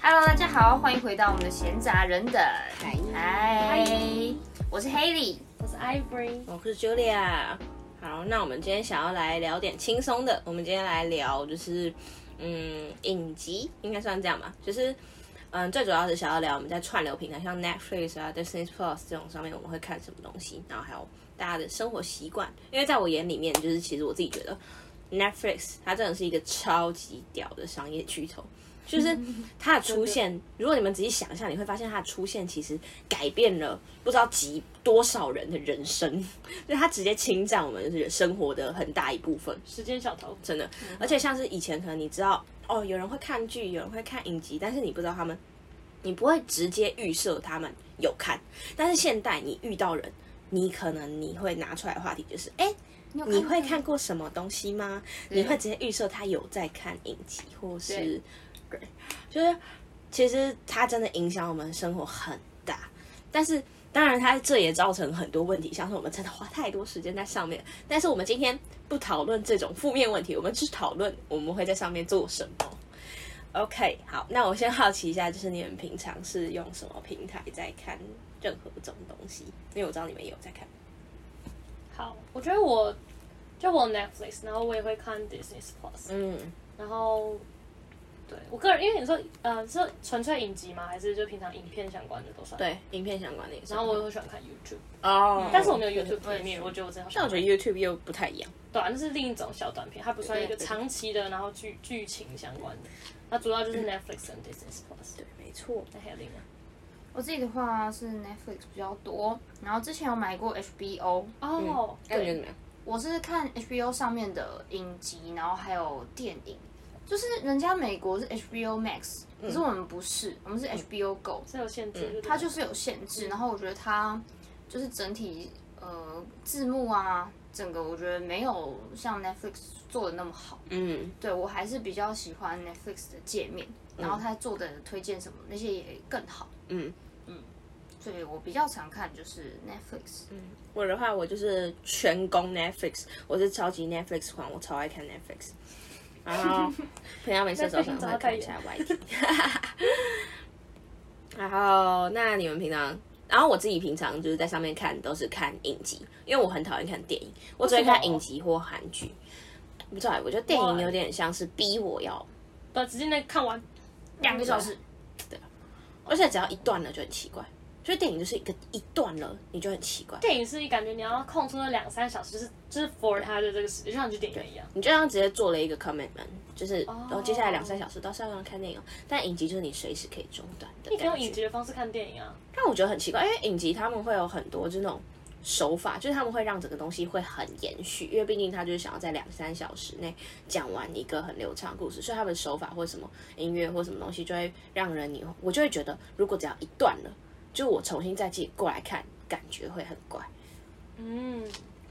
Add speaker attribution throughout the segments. Speaker 1: Hello，大家好，欢迎回到我们的闲杂人等。
Speaker 2: 嗨
Speaker 1: 嗨，我是 Haley。
Speaker 3: 我是 Ivory，
Speaker 2: 我哦是 Julia。好，那我们今天想要来聊点轻松的，我们今天来聊就是嗯影集，应该算这样吧，就是。嗯，最主要是想要聊我们在串流平台，像 Netflix 啊、Disney Plus 这种上面我们会看什么东西，然后还有大家的生活习惯。因为在我眼里面，就是其实我自己觉得 Netflix 它真的是一个超级屌的商业巨头，就是它的出现，如果你们仔细想一下，你会发现它的出现其实改变了不知道几多少人的人生，就是它直接侵占我们人生活的很大一部分。
Speaker 3: 时间小偷，
Speaker 2: 真的。而且像是以前可能你知道哦，有人会看剧，有人会看影集，但是你不知道他们，你不会直接预设他们有看。但是现代你遇到人，你可能你会拿出来的话题就是，哎、你
Speaker 3: 嗯
Speaker 2: 会看过什么东西吗？你会直接预设他有在看影集，或是对，就是其实它真的影响我们生活很大，但是。当然，它这也造成很多问题，像是我们真的花太多时间在上面。但是我们今天不讨论这种负面问题，我们只讨论我们会在上面做什么。OK，好，那我先好奇一下，就是你们平常是用什么平台在看任何种东西？因为我知道你们也有在看。
Speaker 3: 好，我觉得我就我有 Netflix，然后我也会看 Disney Plus，、
Speaker 2: 嗯，
Speaker 3: 然后对我个人，因为你说呃是纯粹影集吗？还是就平常影片相关的都算？。
Speaker 2: 对，影片相关的也是。
Speaker 3: 然后我也会喜欢看 YouTube，、
Speaker 2: 哦，
Speaker 3: 但是我没有 YouTube
Speaker 1: 我也是
Speaker 3: 里面，我觉得我真的好喜
Speaker 2: 但
Speaker 3: 欢
Speaker 2: 我觉得 YouTube 又不太一样。
Speaker 3: 对啊，那是另一种小短片，它不算一个
Speaker 2: 对对
Speaker 3: 长期的，然后剧剧情相关的。那主要就是
Speaker 2: 嗯
Speaker 3: Netflix 跟 Disney Plus。
Speaker 2: 对，没错。
Speaker 3: 那还有另外
Speaker 1: 我自己的话是 Netflix 比较多，然后之前有买过 HBO，
Speaker 3: 哦，
Speaker 2: 那你嗯觉得
Speaker 3: 对
Speaker 2: 怎么样？
Speaker 1: 我是看 HBO 上面的影集，然后还有电影。就是人家美国是 HBO Max，可
Speaker 2: 嗯
Speaker 1: 是我们不是，我们是 HBO Go。
Speaker 3: 这有限制，
Speaker 1: 它就是有限
Speaker 2: 嗯
Speaker 1: 制，然后我觉得它就是整体呃字幕啊，整个我觉得没有像 Netflix 做的那么好。
Speaker 2: 嗯，
Speaker 1: 对我还是比较喜欢 Netflix 的界面，然后它做的推荐什么那些也更好。
Speaker 2: 嗯
Speaker 1: 嗯，所以我比较常看就是 Netflix。
Speaker 2: 我的话，我就是全攻 Netflix，我是超级 Netflix 狂，我超爱看 Netflix。然后平常没 事的时候可能会看一下 YT。然后，那你们平常，然后我自己平常就是在上面看都是看影集，因为我很讨厌看电影，我只会看影集或韩剧。不知道欸，我觉得电影有点像是逼我要，
Speaker 3: 把直接那看完
Speaker 1: 两个小时，
Speaker 2: 啊而且只要一段了就很奇怪。所以电影就是一个一段了，你就很奇怪。
Speaker 3: 电影是感觉你要空出那两三小时，就是就是 for 它的这个时间，就像你去电影院一样。
Speaker 2: 你就像直接做了一个 commitment，就是然后接下来两三小时都是要用来看电影，但影集就是你随时可以中断的。
Speaker 3: 你可以用影集，的方式看电影啊，
Speaker 2: 但我觉得很奇怪，因为影集他们会有很多就是那种手法，就是他们会让整个东西会很延续，因为毕竟他就是想要在两三小时内讲完一个很流畅的故事，所以他们的手法或什么音乐或什么东西就会让人你我就会觉得，如果只要一段了，就我重新再自己过来看，感觉会很怪。
Speaker 3: 嗯，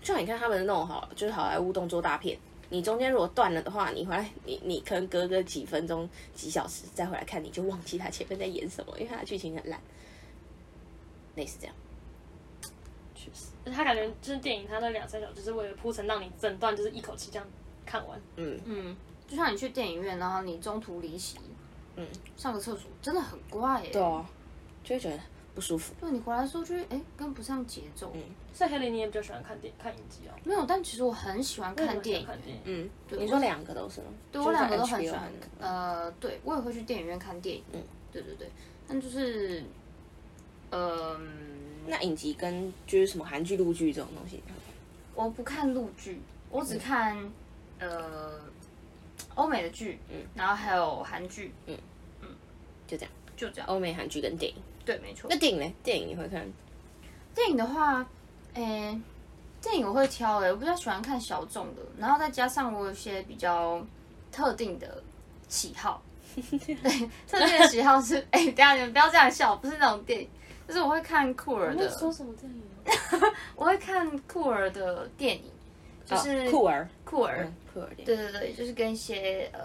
Speaker 2: 像你看他们那种好，就是好莱坞动作大片，你中间如果断了的话，你回来你你可能隔个几分钟、几小时再回来看，你就忘记他前面在演什么，因为他的剧情很烂，类似这样。
Speaker 3: 确实，他感觉就是电影，他那两三小时就是为了铺陈，让你整段就是一口气这样看完。
Speaker 2: 嗯，
Speaker 1: 嗯，就像你去电影院，然后你中途离席，嗯，上个厕所真的很怪耶、
Speaker 2: 对啊，就会觉得不舒服。
Speaker 1: 就你回来的时候就会哎、跟不上节奏。
Speaker 2: 嗯
Speaker 3: 所以黑林，你也比较喜欢看电看影集哦？
Speaker 1: 没有，但其实我很喜欢看电影，
Speaker 3: 看电影，
Speaker 2: 嗯，你说两个都是吗？对
Speaker 1: 我两个都很喜欢。呃，对我也会去电影院看电影。嗯，对对对，但就是，呃，
Speaker 2: 那影集跟就是什么韩剧、陆剧这种东西，
Speaker 1: 我不看陆剧，我只看、呃欧美的剧，然后还有韩剧，嗯
Speaker 2: 嗯就这样，
Speaker 1: 就这样。
Speaker 2: 哦欧美韩剧跟电影。
Speaker 1: 对，没错
Speaker 2: 那。电影呢？电影你会看？
Speaker 1: 电影的话，诶、电影我会挑诶、我比较喜欢看小众的，然后再加上我有一些比较特定的喜 好。对，特定的喜好是， 哎、等一下你们不要这样笑，不是那种电影，就是我会看酷儿的，
Speaker 3: 什么电 影？
Speaker 1: 我会看酷儿的电影，就是
Speaker 2: 啊酷儿，
Speaker 1: 酷儿，
Speaker 2: 嗯酷儿电影。
Speaker 1: 对对对，就是跟一些呃，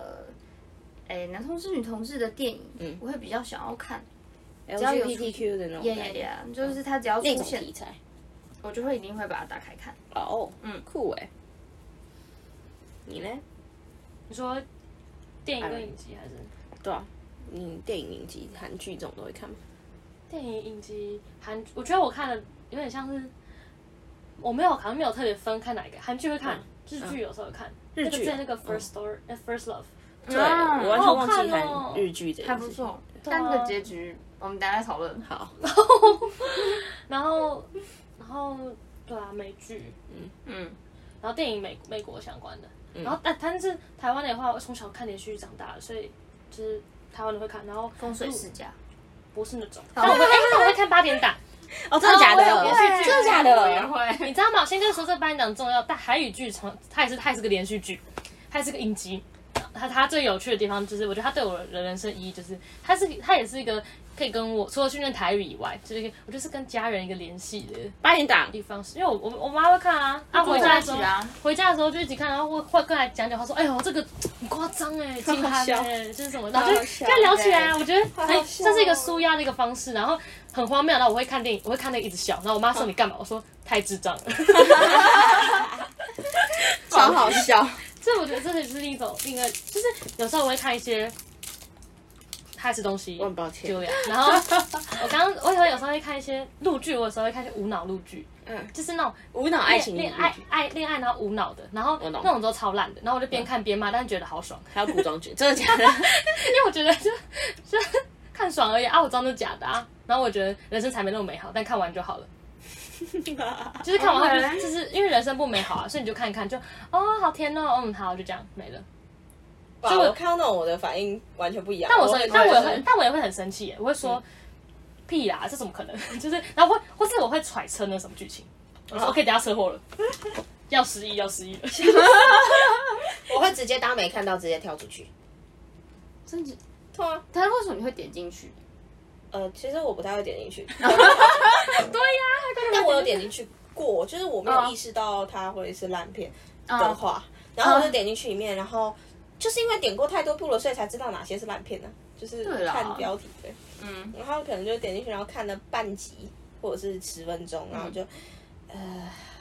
Speaker 1: 哎，男同志、女同志的电影，
Speaker 2: 嗯
Speaker 1: 我会比较想要看。
Speaker 2: 只
Speaker 1: 要有
Speaker 2: PTQ 的那种
Speaker 1: 耶
Speaker 2: 感
Speaker 1: 耶
Speaker 2: 觉
Speaker 1: 耶！就是他只要
Speaker 2: 那
Speaker 1: 出
Speaker 2: 种
Speaker 1: 现
Speaker 2: 题，材。
Speaker 1: 我就会一定会把它打开看。
Speaker 2: 哦，
Speaker 1: 嗯
Speaker 2: 嗯，酷哎、你呢？
Speaker 3: 你说电影跟影集还是？
Speaker 2: 对啊，你电影影集、韩剧这种都会看吗？
Speaker 3: 电影影集韩，我觉得我看的有点像是，我没有好像没有特别分看哪一个，韩剧会看，日剧有时候会看，日
Speaker 2: 嗯剧啊
Speaker 3: 那个 First Story、呃 First Love，
Speaker 2: 对，我完全忘
Speaker 3: 好好
Speaker 2: 记
Speaker 3: 看哦
Speaker 2: 看日剧这件事情
Speaker 1: 还不错。但这个结局我们等一下再讨论。好，
Speaker 2: 好，
Speaker 3: 然后然后对啊美剧，
Speaker 1: 嗯，
Speaker 3: 然后电影美美国相关的，然后但但是台湾的话，我从小看连续剧长大的，所以就是台湾的会看，然后
Speaker 1: 风水世家，
Speaker 3: 不是那种，但 我会哎，但我会看八点 档。
Speaker 2: 哦，真的假的？
Speaker 1: 我也会
Speaker 2: 真的假
Speaker 1: 我也
Speaker 2: 的？
Speaker 1: 会
Speaker 3: 你。知道吗？我先跟你说，这班长重要，但韩语剧从它也是它也是个连续剧，它也是个影集。它它最有趣的地方就是，我觉得它对我的人生意义就是，它是它也是一个可以跟我除了训练台语以外，就是一个我就是跟家人一个联系的
Speaker 2: 八点档
Speaker 3: 地方。因为我我我妈会看啊，啊回家的时候
Speaker 1: 一起啊
Speaker 3: 回家的时候就一起看，然后会会跟来讲讲，她说哎呦这个很夸 张哎，惊
Speaker 2: 好
Speaker 3: 叹
Speaker 2: 笑
Speaker 3: 哎，就是什么，然后就
Speaker 2: 好好笑
Speaker 3: 这样聊起来，我觉得哎
Speaker 2: 好笑哦
Speaker 3: 这是一个舒压的一个方式，然后很荒谬，然后我会看电影，我会看那个一直笑，然后我妈说你干嘛？我说太 智障了。
Speaker 1: 啊
Speaker 2: 超好笑，
Speaker 3: 这我觉得这也是另一种另一个，就是有时候我会看一些他吃东西，
Speaker 2: 我很抱歉
Speaker 3: 丢呀。然 后我刚刚我有有时候会看一些陆剧，我有时候会看一些无脑陆剧，
Speaker 2: 嗯，
Speaker 3: 就是那种
Speaker 2: 无脑爱情
Speaker 3: 恋
Speaker 2: 日
Speaker 3: 爱
Speaker 2: 剧，
Speaker 3: 爱恋爱然后无脑的，然后
Speaker 2: 我懂
Speaker 3: 那种都超烂的，然后我就边看边骂，但是觉得好爽，
Speaker 2: 还有古装剧，真的 假的？
Speaker 3: 因 为我觉得就就看爽而已啊，我知道那是假的啊。然后我觉得人生才没那么美好，但看完就好了。就是看完后就是，就是因为人生不美好啊，所以你就看一看，就哦好甜哦，嗯好就这样没了。
Speaker 2: 所以我看到那种我的反应完全不一样。
Speaker 3: 但我说，但我也嗯会
Speaker 2: 是，
Speaker 3: 但我也会很生气耶，我会说、屁啦，这怎么可能？ 就是，然后会，或是我会揣测那什么剧情。我说 OK，等一下车祸了， 要失忆，要失忆了。
Speaker 2: 我会直接当没看到，直接跳出去。
Speaker 1: 真的？
Speaker 2: 对啊，
Speaker 1: 但是为什么你会点进去？
Speaker 2: 呃，其实我不太会点进 去，
Speaker 3: 对呀、
Speaker 2: 但我有点进去过，就是我没有
Speaker 1: 嗯
Speaker 2: 意识到它会是烂片的
Speaker 1: 啊，
Speaker 2: 话，然后我就点进去里面，然后就是因为点过太多部了，所以才知道哪些是烂片呢、就是
Speaker 1: 对啦
Speaker 2: 看标题对，
Speaker 1: 嗯，
Speaker 2: 然后可能就点进去，然后看了半集或者是十分钟，然后就、呃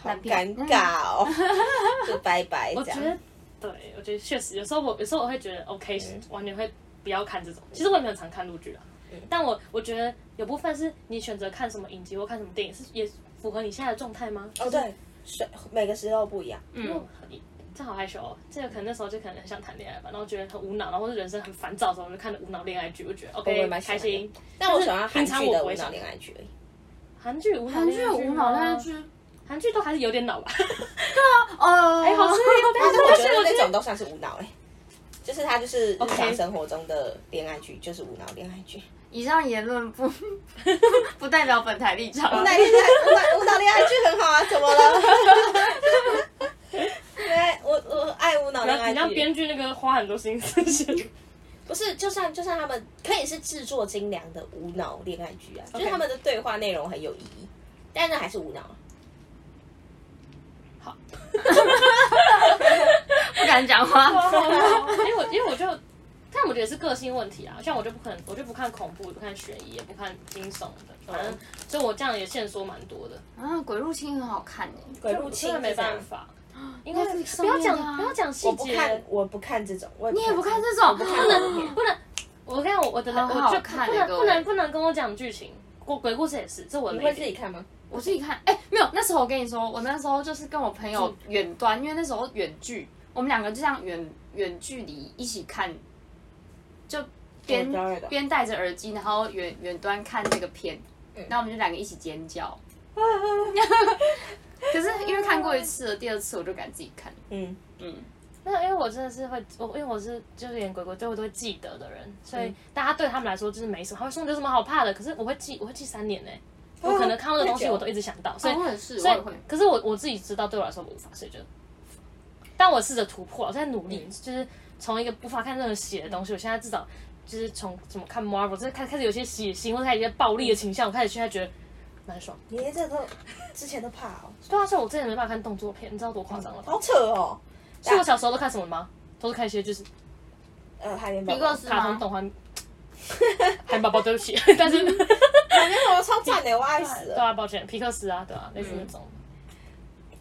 Speaker 2: 好
Speaker 1: 烂片
Speaker 2: 尴尬哦， 就拜拜
Speaker 3: 嗯我
Speaker 2: 这
Speaker 3: 觉
Speaker 2: 样。
Speaker 3: 得，对我觉得确实，有时候我有时候我会觉得 OK，、完全会不要看这种。其实我也没有常看陆剧啊，但我我觉得有部分是你选择看什么影集或看什么电影，是也符合你现在的状态吗？
Speaker 2: 哦，对，水每个时候不一样。
Speaker 3: 哦
Speaker 1: 嗯
Speaker 3: 这好害羞哦！这个可能那时候就可能很想谈恋爱吧，然后觉得很无脑，然后或者人生很烦躁的时候，我就看着无脑恋爱剧，我觉得
Speaker 2: 我也
Speaker 3: OK
Speaker 2: 蛮喜欢
Speaker 3: 开
Speaker 2: 的
Speaker 3: 心。
Speaker 2: 但我喜欢韩
Speaker 3: 平常
Speaker 2: 剧
Speaker 3: 我
Speaker 2: 的
Speaker 3: 不
Speaker 2: 无
Speaker 3: 会
Speaker 2: 脑
Speaker 3: 想
Speaker 2: 恋爱剧而已。
Speaker 3: 韩剧无脑
Speaker 1: 韩剧
Speaker 3: 恋爱
Speaker 1: 有
Speaker 3: 剧吗
Speaker 1: 无脑恋爱，剧，啊
Speaker 3: 韩剧都还是有点脑吧。
Speaker 1: 哦，
Speaker 3: 哎，好吃力哦！但
Speaker 2: 但
Speaker 3: 是
Speaker 2: 是我
Speaker 3: 但
Speaker 2: 觉
Speaker 3: 是
Speaker 2: 得
Speaker 3: 我
Speaker 2: 那
Speaker 3: 觉
Speaker 2: 种
Speaker 3: 得
Speaker 2: 都算是无脑哎、就是他就是日
Speaker 3: OK
Speaker 2: 常生活中的恋爱剧，就是无脑恋爱剧。
Speaker 1: 以上言论不 不代表本台立场。
Speaker 2: 那恋爱无脑无脑恋爱剧很好啊，怎么了？ 因为我我爱无脑恋爱
Speaker 3: 你让
Speaker 2: 剧，
Speaker 3: 编剧那个花很多心思 去。
Speaker 2: 不是就算就算他们可以是制作精良的无脑恋爱剧啊，就是
Speaker 3: OK
Speaker 2: 他们的对话内容很有意义，但那还是无脑啊。
Speaker 3: 好，
Speaker 1: 不敢讲话。
Speaker 3: 哦因为我因为我就，但我觉得是个性问题啊。像我就不可能，我就不看恐怖，也不看悬疑，也不看惊悚的，反
Speaker 2: 嗯
Speaker 3: 正所以我这样也线索蛮多的。
Speaker 1: 嗯啊，鬼入侵很好看欸诶，
Speaker 2: 鬼
Speaker 3: 我
Speaker 2: 入
Speaker 3: 真
Speaker 2: 侵
Speaker 3: 的没
Speaker 2: 是这样
Speaker 3: 办，法，应该
Speaker 1: 那是
Speaker 3: 不要
Speaker 1: 上面的啊
Speaker 3: 讲不要讲细
Speaker 2: 我不
Speaker 3: 节，
Speaker 2: 看我不看这种，我你
Speaker 1: 你也不看这种，
Speaker 2: 不看
Speaker 1: 不
Speaker 2: 这
Speaker 1: 能
Speaker 2: 种
Speaker 3: 不能，我看我我的
Speaker 1: 很
Speaker 3: 我
Speaker 1: 好
Speaker 3: 就
Speaker 1: 看
Speaker 3: 不
Speaker 1: 欸
Speaker 3: 能
Speaker 1: 各位
Speaker 3: 不能不能跟我讲剧情，鬼鬼故事也是，这我
Speaker 2: 你
Speaker 3: 没
Speaker 2: 会自己看吗？
Speaker 1: 我自己看。哎、没有，那时候我跟你说，我那时候就是跟我朋友远端，因为那时候远距，我们两个就这样远远距离一起看，就边
Speaker 2: 我知道了
Speaker 1: 边戴着耳机，然后远远端看那个片，然后我们就两个一起尖叫。 可是因为看过一次了，第二次我就敢自己看。
Speaker 2: 嗯，
Speaker 3: 那因为我真的是会，我因为我是就是演鬼鬼对我都会记得的
Speaker 1: 嗯
Speaker 3: 人，所以大家对他们来说就是没什么，他们说有什么好怕的，可是我会记，我会记三年呢、我
Speaker 1: 哦
Speaker 3: 可能看到的东西我都一直想到，所以
Speaker 1: 我也是，我
Speaker 3: 所以
Speaker 1: 也会。
Speaker 3: 可是我我自己知道对我来说我无法，所以就，但我试着突破，我在努力，就是从一个无法看任何血的东西，我现在至少就是从怎么看 Marvel，就是开开始有些血腥或者开始有些暴力的倾向，我开始现在觉得蛮爽。
Speaker 2: 你连这个都之前都怕哦，
Speaker 3: 对啊，所以我之前没办法看动作片，你知道多夸张了吧？
Speaker 2: 好扯哦。
Speaker 3: 所以我小时候都看什么吗？都是看一些就是
Speaker 2: 呃，海绵宝
Speaker 1: 一个
Speaker 2: 宝，
Speaker 1: 是
Speaker 3: 卡通动画。 海绵宝宝，对不起，但是
Speaker 2: 海绵宝宝超赞 的，我爱死
Speaker 3: 对
Speaker 2: 了。
Speaker 3: 啊，抱歉，皮克斯啊，对啊，类似那种。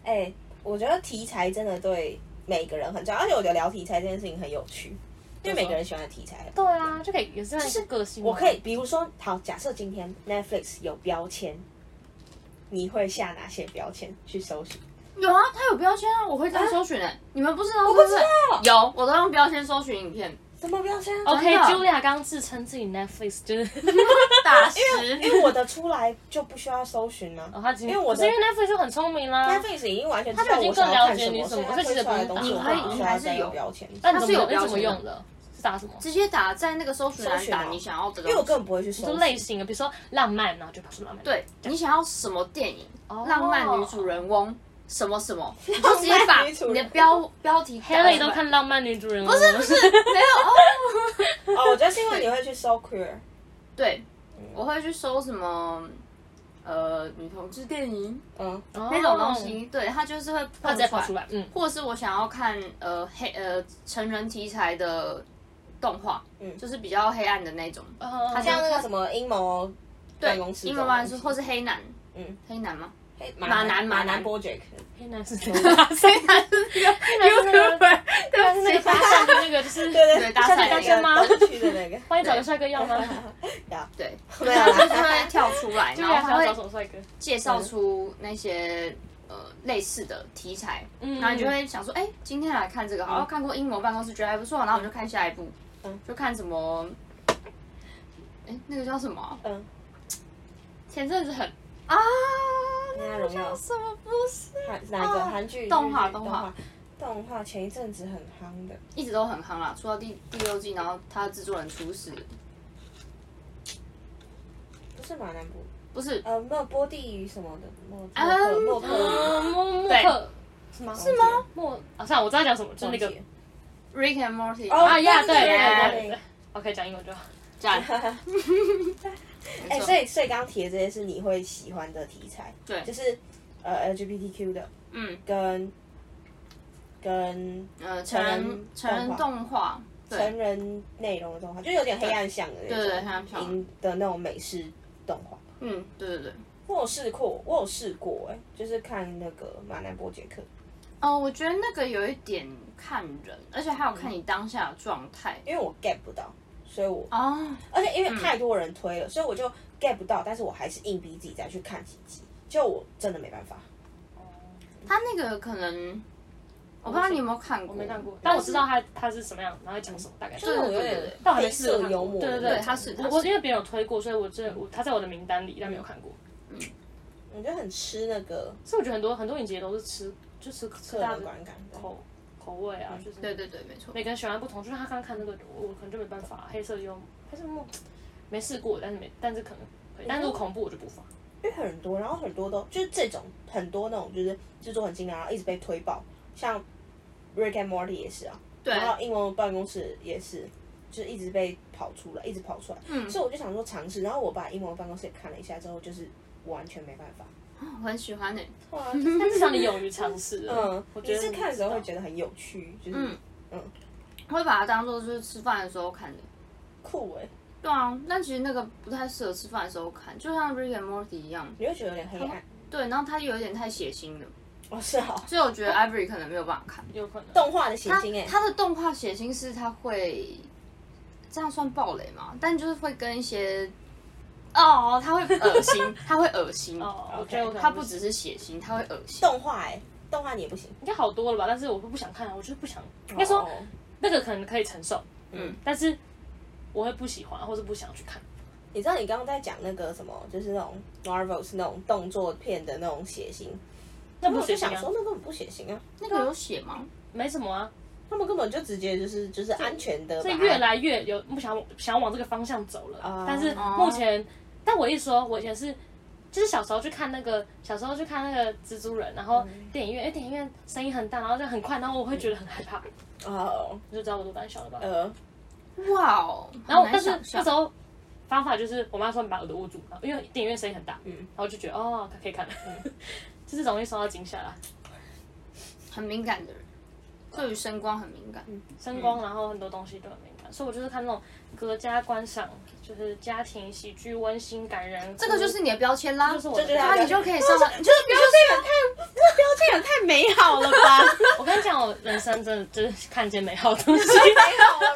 Speaker 2: 哎、我觉得题材真的对每个人很重要，而且我觉得聊题材这件事情很有趣，因为每个人喜欢的题材。
Speaker 3: 对啊，就可以也是就是个性嘛。
Speaker 2: 我可以，比如说，好，假设今天 Netflix 有标签，你会下哪些标签去搜寻？
Speaker 1: 有啊，它有标签啊，我会这样搜寻诶、你们不知道我
Speaker 2: 不知道
Speaker 1: 有，我都用标签搜寻影片，
Speaker 2: 什么标签啊
Speaker 3: OK，
Speaker 1: 真的
Speaker 3: Julia 刚自称自己 Netflix 就是，
Speaker 1: 大师。
Speaker 2: 因为我的出来就不需要搜寻啊了、
Speaker 3: 哦，他今
Speaker 2: 因为我
Speaker 3: 可
Speaker 2: 的
Speaker 3: 是因为 Netflix 就很聪明啦。
Speaker 2: Netflix 已经完全知道
Speaker 3: 就已经
Speaker 2: 我想
Speaker 3: 更
Speaker 2: 要
Speaker 3: 了
Speaker 2: 看
Speaker 3: 解
Speaker 2: 什
Speaker 3: 你
Speaker 2: 么，
Speaker 3: 什
Speaker 2: 所以
Speaker 3: 么
Speaker 2: 它
Speaker 3: 所以
Speaker 2: 推
Speaker 3: 其实
Speaker 2: 出来的
Speaker 3: 不
Speaker 2: 东西
Speaker 3: 用
Speaker 2: 我
Speaker 1: 打
Speaker 2: 不需要再有标签，
Speaker 3: 那你
Speaker 1: 它
Speaker 3: 怎
Speaker 1: 是有
Speaker 3: 么你
Speaker 1: 标
Speaker 3: 怎么
Speaker 1: 签
Speaker 3: 用
Speaker 1: 的
Speaker 3: 的？是打什么？
Speaker 1: 直接打在那个搜寻
Speaker 2: 搜
Speaker 1: 栏
Speaker 2: 寻啊
Speaker 1: 打你想要的东西，
Speaker 2: 因为我根本不会去搜
Speaker 3: 就
Speaker 2: 寻。
Speaker 3: 类型的，比如说浪漫，然后就跑出浪漫。，
Speaker 1: 对你想要什么电影，
Speaker 3: 哦
Speaker 1: 浪漫女主人翁什么什 么，你就直接把
Speaker 2: 女主人翁
Speaker 1: 你的标标题打出来
Speaker 3: Harry 都看浪漫女主人了。不是不是，
Speaker 1: 没有哦。
Speaker 2: 哦，我觉得是因为你会去搜 queer，
Speaker 1: 对，我会去搜什么呃女同志电影
Speaker 2: 嗯，
Speaker 1: 那种东西，对，它就是会
Speaker 3: 它
Speaker 1: 蹦
Speaker 3: 哦直接跑出来。嗯，
Speaker 1: 或者是我想要看呃黑呃成人题材的动画，
Speaker 2: 嗯
Speaker 1: 就是比较黑暗的那种，
Speaker 3: 他
Speaker 2: 像那个什么阴谋办公室这
Speaker 1: 英
Speaker 2: 种东西，
Speaker 1: 文版是或是黑男，
Speaker 2: 嗯，
Speaker 1: 黑男 吗？
Speaker 2: 嘿
Speaker 1: 马
Speaker 2: 马
Speaker 1: 男马
Speaker 2: 马
Speaker 1: 男
Speaker 2: 男 BoJack，
Speaker 3: 黑 男是什么？
Speaker 1: 黑男是那个 YouTuber，对不
Speaker 3: 那个
Speaker 1: 起
Speaker 3: 搭讪的那个就
Speaker 2: 对
Speaker 3: 是，
Speaker 2: 对
Speaker 1: 对
Speaker 2: 对，
Speaker 1: 搭
Speaker 2: 搭
Speaker 1: 讪那个
Speaker 2: 讪那个东区的那 个，
Speaker 3: 帮你找个帅哥要吗？
Speaker 1: 对，
Speaker 2: 对
Speaker 1: 他就是会
Speaker 2: 啊，
Speaker 1: 跳出 来，
Speaker 3: 对
Speaker 1: 然后
Speaker 3: 啊，
Speaker 1: 他
Speaker 3: 想要找
Speaker 1: 会
Speaker 3: 什么帅哥？
Speaker 1: 介绍出那些呃类似的题材，
Speaker 3: 嗯
Speaker 1: 然后你就会想说，哎、今天来看这个，好像看过《英模办公室》，觉得还不错，然后我们就看下一部，
Speaker 2: 嗯
Speaker 1: 就看什么，哎、那个叫什么啊、
Speaker 2: 嗯，
Speaker 3: 前阵子很
Speaker 1: 啊？
Speaker 2: 那荣耀
Speaker 1: 叫什么？不是，
Speaker 2: 韩哪一个
Speaker 1: 啊
Speaker 2: 韩剧
Speaker 1: 动画
Speaker 2: 日剧
Speaker 1: 动
Speaker 2: 动
Speaker 1: 画
Speaker 2: 画动画前一阵子很夯的，
Speaker 1: 一直都很夯啦，出到第第六季，然后他的制作人出事，
Speaker 2: 不是马南波，
Speaker 1: 不是
Speaker 2: 呃，没有波地鱼什么的，莫
Speaker 1: 啊
Speaker 2: 莫克莫克
Speaker 3: 莫莫
Speaker 1: 对
Speaker 3: 克嗯啊是吗？
Speaker 2: 是吗？
Speaker 3: 莫啊，算了，我知道讲什么，就是
Speaker 2: 忘
Speaker 3: 那
Speaker 2: 记
Speaker 3: 个
Speaker 2: 了
Speaker 1: Rick and Morty
Speaker 2: 哦
Speaker 3: 啊呀，对
Speaker 2: 对
Speaker 3: 对
Speaker 2: 对
Speaker 3: 对
Speaker 2: 对
Speaker 3: 对
Speaker 2: 对
Speaker 3: 对，OK，讲英文就好。
Speaker 1: 哎赞，
Speaker 2: 哎、
Speaker 1: 没错
Speaker 2: 所以所以刚刚提的这些是你会喜欢的题材，
Speaker 1: 对
Speaker 2: 就是呃 LGBTQ 的
Speaker 1: 嗯
Speaker 2: 跟跟
Speaker 1: 呃，成人成
Speaker 2: 成人
Speaker 1: 人动画，对
Speaker 2: 成人内容的动画，就有点黑暗向的那
Speaker 1: 对
Speaker 2: 种，
Speaker 1: 对对黑暗向
Speaker 2: 影的那种美式动画。
Speaker 1: 嗯，对对对。
Speaker 2: 我有试过，我有试过、哎，就是看那个马南波杰克，
Speaker 1: 哦，我觉得那个有一点看人，而且还有看你当下的状态。
Speaker 2: 因为我 get 不到，所以我
Speaker 1: 哦，
Speaker 2: 而且因为太多人推了，所以我就 get 不到，但是我还是硬逼自己再去看几集，就我真的没办法。
Speaker 1: 他那个可能，我不知道你有没有看过，
Speaker 3: 我没看过，但我知道他他是什么样，然后讲什么大概。
Speaker 2: 就是我有
Speaker 1: 对对
Speaker 2: 点
Speaker 1: 对
Speaker 3: 但我还
Speaker 2: 黑
Speaker 3: 没试过
Speaker 2: 色幽默的
Speaker 3: 对
Speaker 2: 那
Speaker 3: 对
Speaker 2: 种，
Speaker 3: 对，
Speaker 1: 他是
Speaker 3: 我啊我因为别人有推过，所以我真的我他在我的名单里，但没有看过。
Speaker 2: 我觉得很吃那个
Speaker 3: 所以我觉得很多很多影集都是吃就吃吃
Speaker 2: 个
Speaker 3: 大家
Speaker 2: 人
Speaker 3: 的
Speaker 2: 观感。
Speaker 3: 口口味啊，就是
Speaker 1: 对对对，没错。
Speaker 3: 每个人喜欢不同。就是他刚刚看那个，我可能就没办法，黑色幽默，黑色幽默没试过，但是没，但是可能可以，但是如果恐怖我就 不放。
Speaker 2: 因为很多，然后很多都就是这种很多那种就是制作很精良，然后一直被推爆，像 Rick and Morty 也是啊，
Speaker 1: 对
Speaker 2: 然后英文办公室也是，就是一直被跑出来，一直跑出来，
Speaker 1: 嗯
Speaker 2: 所以我就想说尝试，然后我把英文办公室也看了一下之后，就是完全没办法。
Speaker 1: 我很喜欢诶、
Speaker 2: 哇，
Speaker 3: 但至少你勇于尝试了。
Speaker 2: 嗯，
Speaker 3: 我觉
Speaker 2: 你
Speaker 3: 得
Speaker 2: 是看的时候会
Speaker 3: 得
Speaker 2: 觉得很有趣，就是
Speaker 1: 嗯
Speaker 2: 嗯
Speaker 1: 我会把它当做就是吃饭的时候看的。
Speaker 2: 酷哎、
Speaker 1: 对啊，但其实那个不太适合吃饭的时候看，就像 Rick and Morty 一样。
Speaker 2: 你会觉得有点黑暗。
Speaker 1: 对，然后它有一点太血腥了，
Speaker 2: 哦，是哦，
Speaker 1: 所以我觉得 Ivory 可能没有办法看。
Speaker 3: 有可能。
Speaker 2: 动画的血
Speaker 1: 它
Speaker 2: 腥哎、
Speaker 1: 它的动画血腥是它会这样算暴雷嘛？但就是会跟一些哦，它会恶 心，它会恶心。
Speaker 3: 哦，我
Speaker 2: OK，
Speaker 3: 觉得我可能
Speaker 1: 它不只是血腥，它会恶心。
Speaker 2: 动画哎、动画你也不行。
Speaker 3: 应该好多了吧？但是我会不想看，我就是不想。应该说
Speaker 2: 哦
Speaker 3: 那个可能可以承受，
Speaker 1: 嗯
Speaker 3: 嗯，但是我会不喜欢，或是不想去看。
Speaker 2: 你知道你刚刚在讲那个什么，就是那种 Marvels 那种动作片的那种血腥，
Speaker 3: 那
Speaker 2: 我
Speaker 3: 不
Speaker 2: 就
Speaker 3: 血腥
Speaker 2: 想
Speaker 3: 啊
Speaker 2: 说，那根本不血腥啊，
Speaker 1: 那个有血吗？
Speaker 3: 没什么啊，
Speaker 2: 他们根本就直接就是就是安全的把
Speaker 3: 这
Speaker 2: 它，
Speaker 3: 越来越有不想往想往这个方向走了。
Speaker 2: 哦
Speaker 3: 但是目前，但我一说，我以前是。就是小时候去看那个，小时候去看那个蜘蛛人，然后电影院，哎因为电影院声音很大，然后就很快，然后我会觉得很害怕，
Speaker 2: 哦
Speaker 3: 你就知道我多胆小了吧？
Speaker 2: 呃，
Speaker 1: 哇哦！
Speaker 3: 然后
Speaker 1: 很
Speaker 3: 但
Speaker 1: 难
Speaker 3: 是
Speaker 1: 想
Speaker 3: 那
Speaker 1: 象
Speaker 3: 时候方法就是我妈说你把耳朵捂住，然后因为电影院声音很大，
Speaker 2: 嗯
Speaker 3: 然后就觉得哦可以看了，
Speaker 1: 嗯
Speaker 3: 就是容易受到惊吓啦，
Speaker 1: 很敏感的人，对于声光很敏感。
Speaker 3: 声
Speaker 1: 嗯
Speaker 3: 光，然后很多东西都很敏感，所以我就是看那种隔家观赏，就是家庭喜剧、温馨感人，
Speaker 1: 这个就是你的标签啦，
Speaker 3: 就是我
Speaker 1: 对
Speaker 3: 的
Speaker 2: 这就是
Speaker 1: 啊，
Speaker 2: 他
Speaker 1: 你就可以上，就是你就是
Speaker 2: 这也太这标签也太美好了吧？
Speaker 3: 我跟你讲，我人生真的就是看见美好的东西。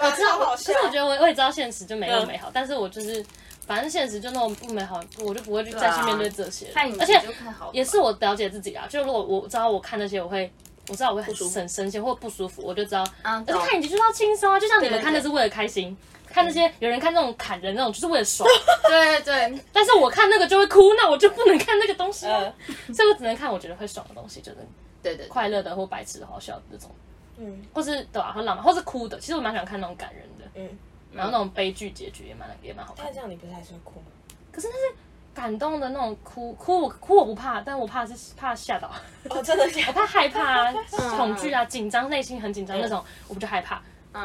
Speaker 2: 我超好笑
Speaker 3: 其实我觉得我我也知道现实就没有
Speaker 2: 嗯
Speaker 3: 美好，但是我就是反正现实就那种不美好，我就不会去
Speaker 1: 对
Speaker 3: 再
Speaker 1: 啊
Speaker 3: 去面对这些了
Speaker 1: 看影。
Speaker 3: 而
Speaker 1: 集
Speaker 3: 且
Speaker 1: 就看好，
Speaker 3: 也是我了解自己啊，就如果我知道我看那些，我会我知道我会很
Speaker 2: 舒服
Speaker 3: 很生气或不舒服，我就知道。
Speaker 1: 啊，
Speaker 3: 而
Speaker 1: 懂
Speaker 3: 且看影集就是要轻松啊，就像你们
Speaker 2: 对
Speaker 3: 看的是为了开心，看那些有人看那种砍人那种就是为了爽，
Speaker 1: 对对，
Speaker 3: 但是我看那个就会哭，那我就不能看那个东西啊、
Speaker 2: 呃
Speaker 3: 所以我只能看我觉得会爽的东西，就是
Speaker 1: 对对，
Speaker 3: 快乐的或白痴的、好笑的这种，
Speaker 2: 嗯
Speaker 3: 或是对啊，很浪漫，或是哭的。其实我蛮喜欢看那种感人的，
Speaker 2: 嗯，
Speaker 3: 然后那种悲剧结局也蛮也蛮好看
Speaker 2: 但
Speaker 3: 的
Speaker 2: 这。样你不是还是会哭吗？
Speaker 3: 可是那是感动的那种哭，哭我哭我不怕，但我怕是怕吓 到，
Speaker 2: 哦，真的假
Speaker 3: 我怕害怕、啊、恐惧啊、紧张，内心很紧张那种，我不就害怕。
Speaker 1: 嗯，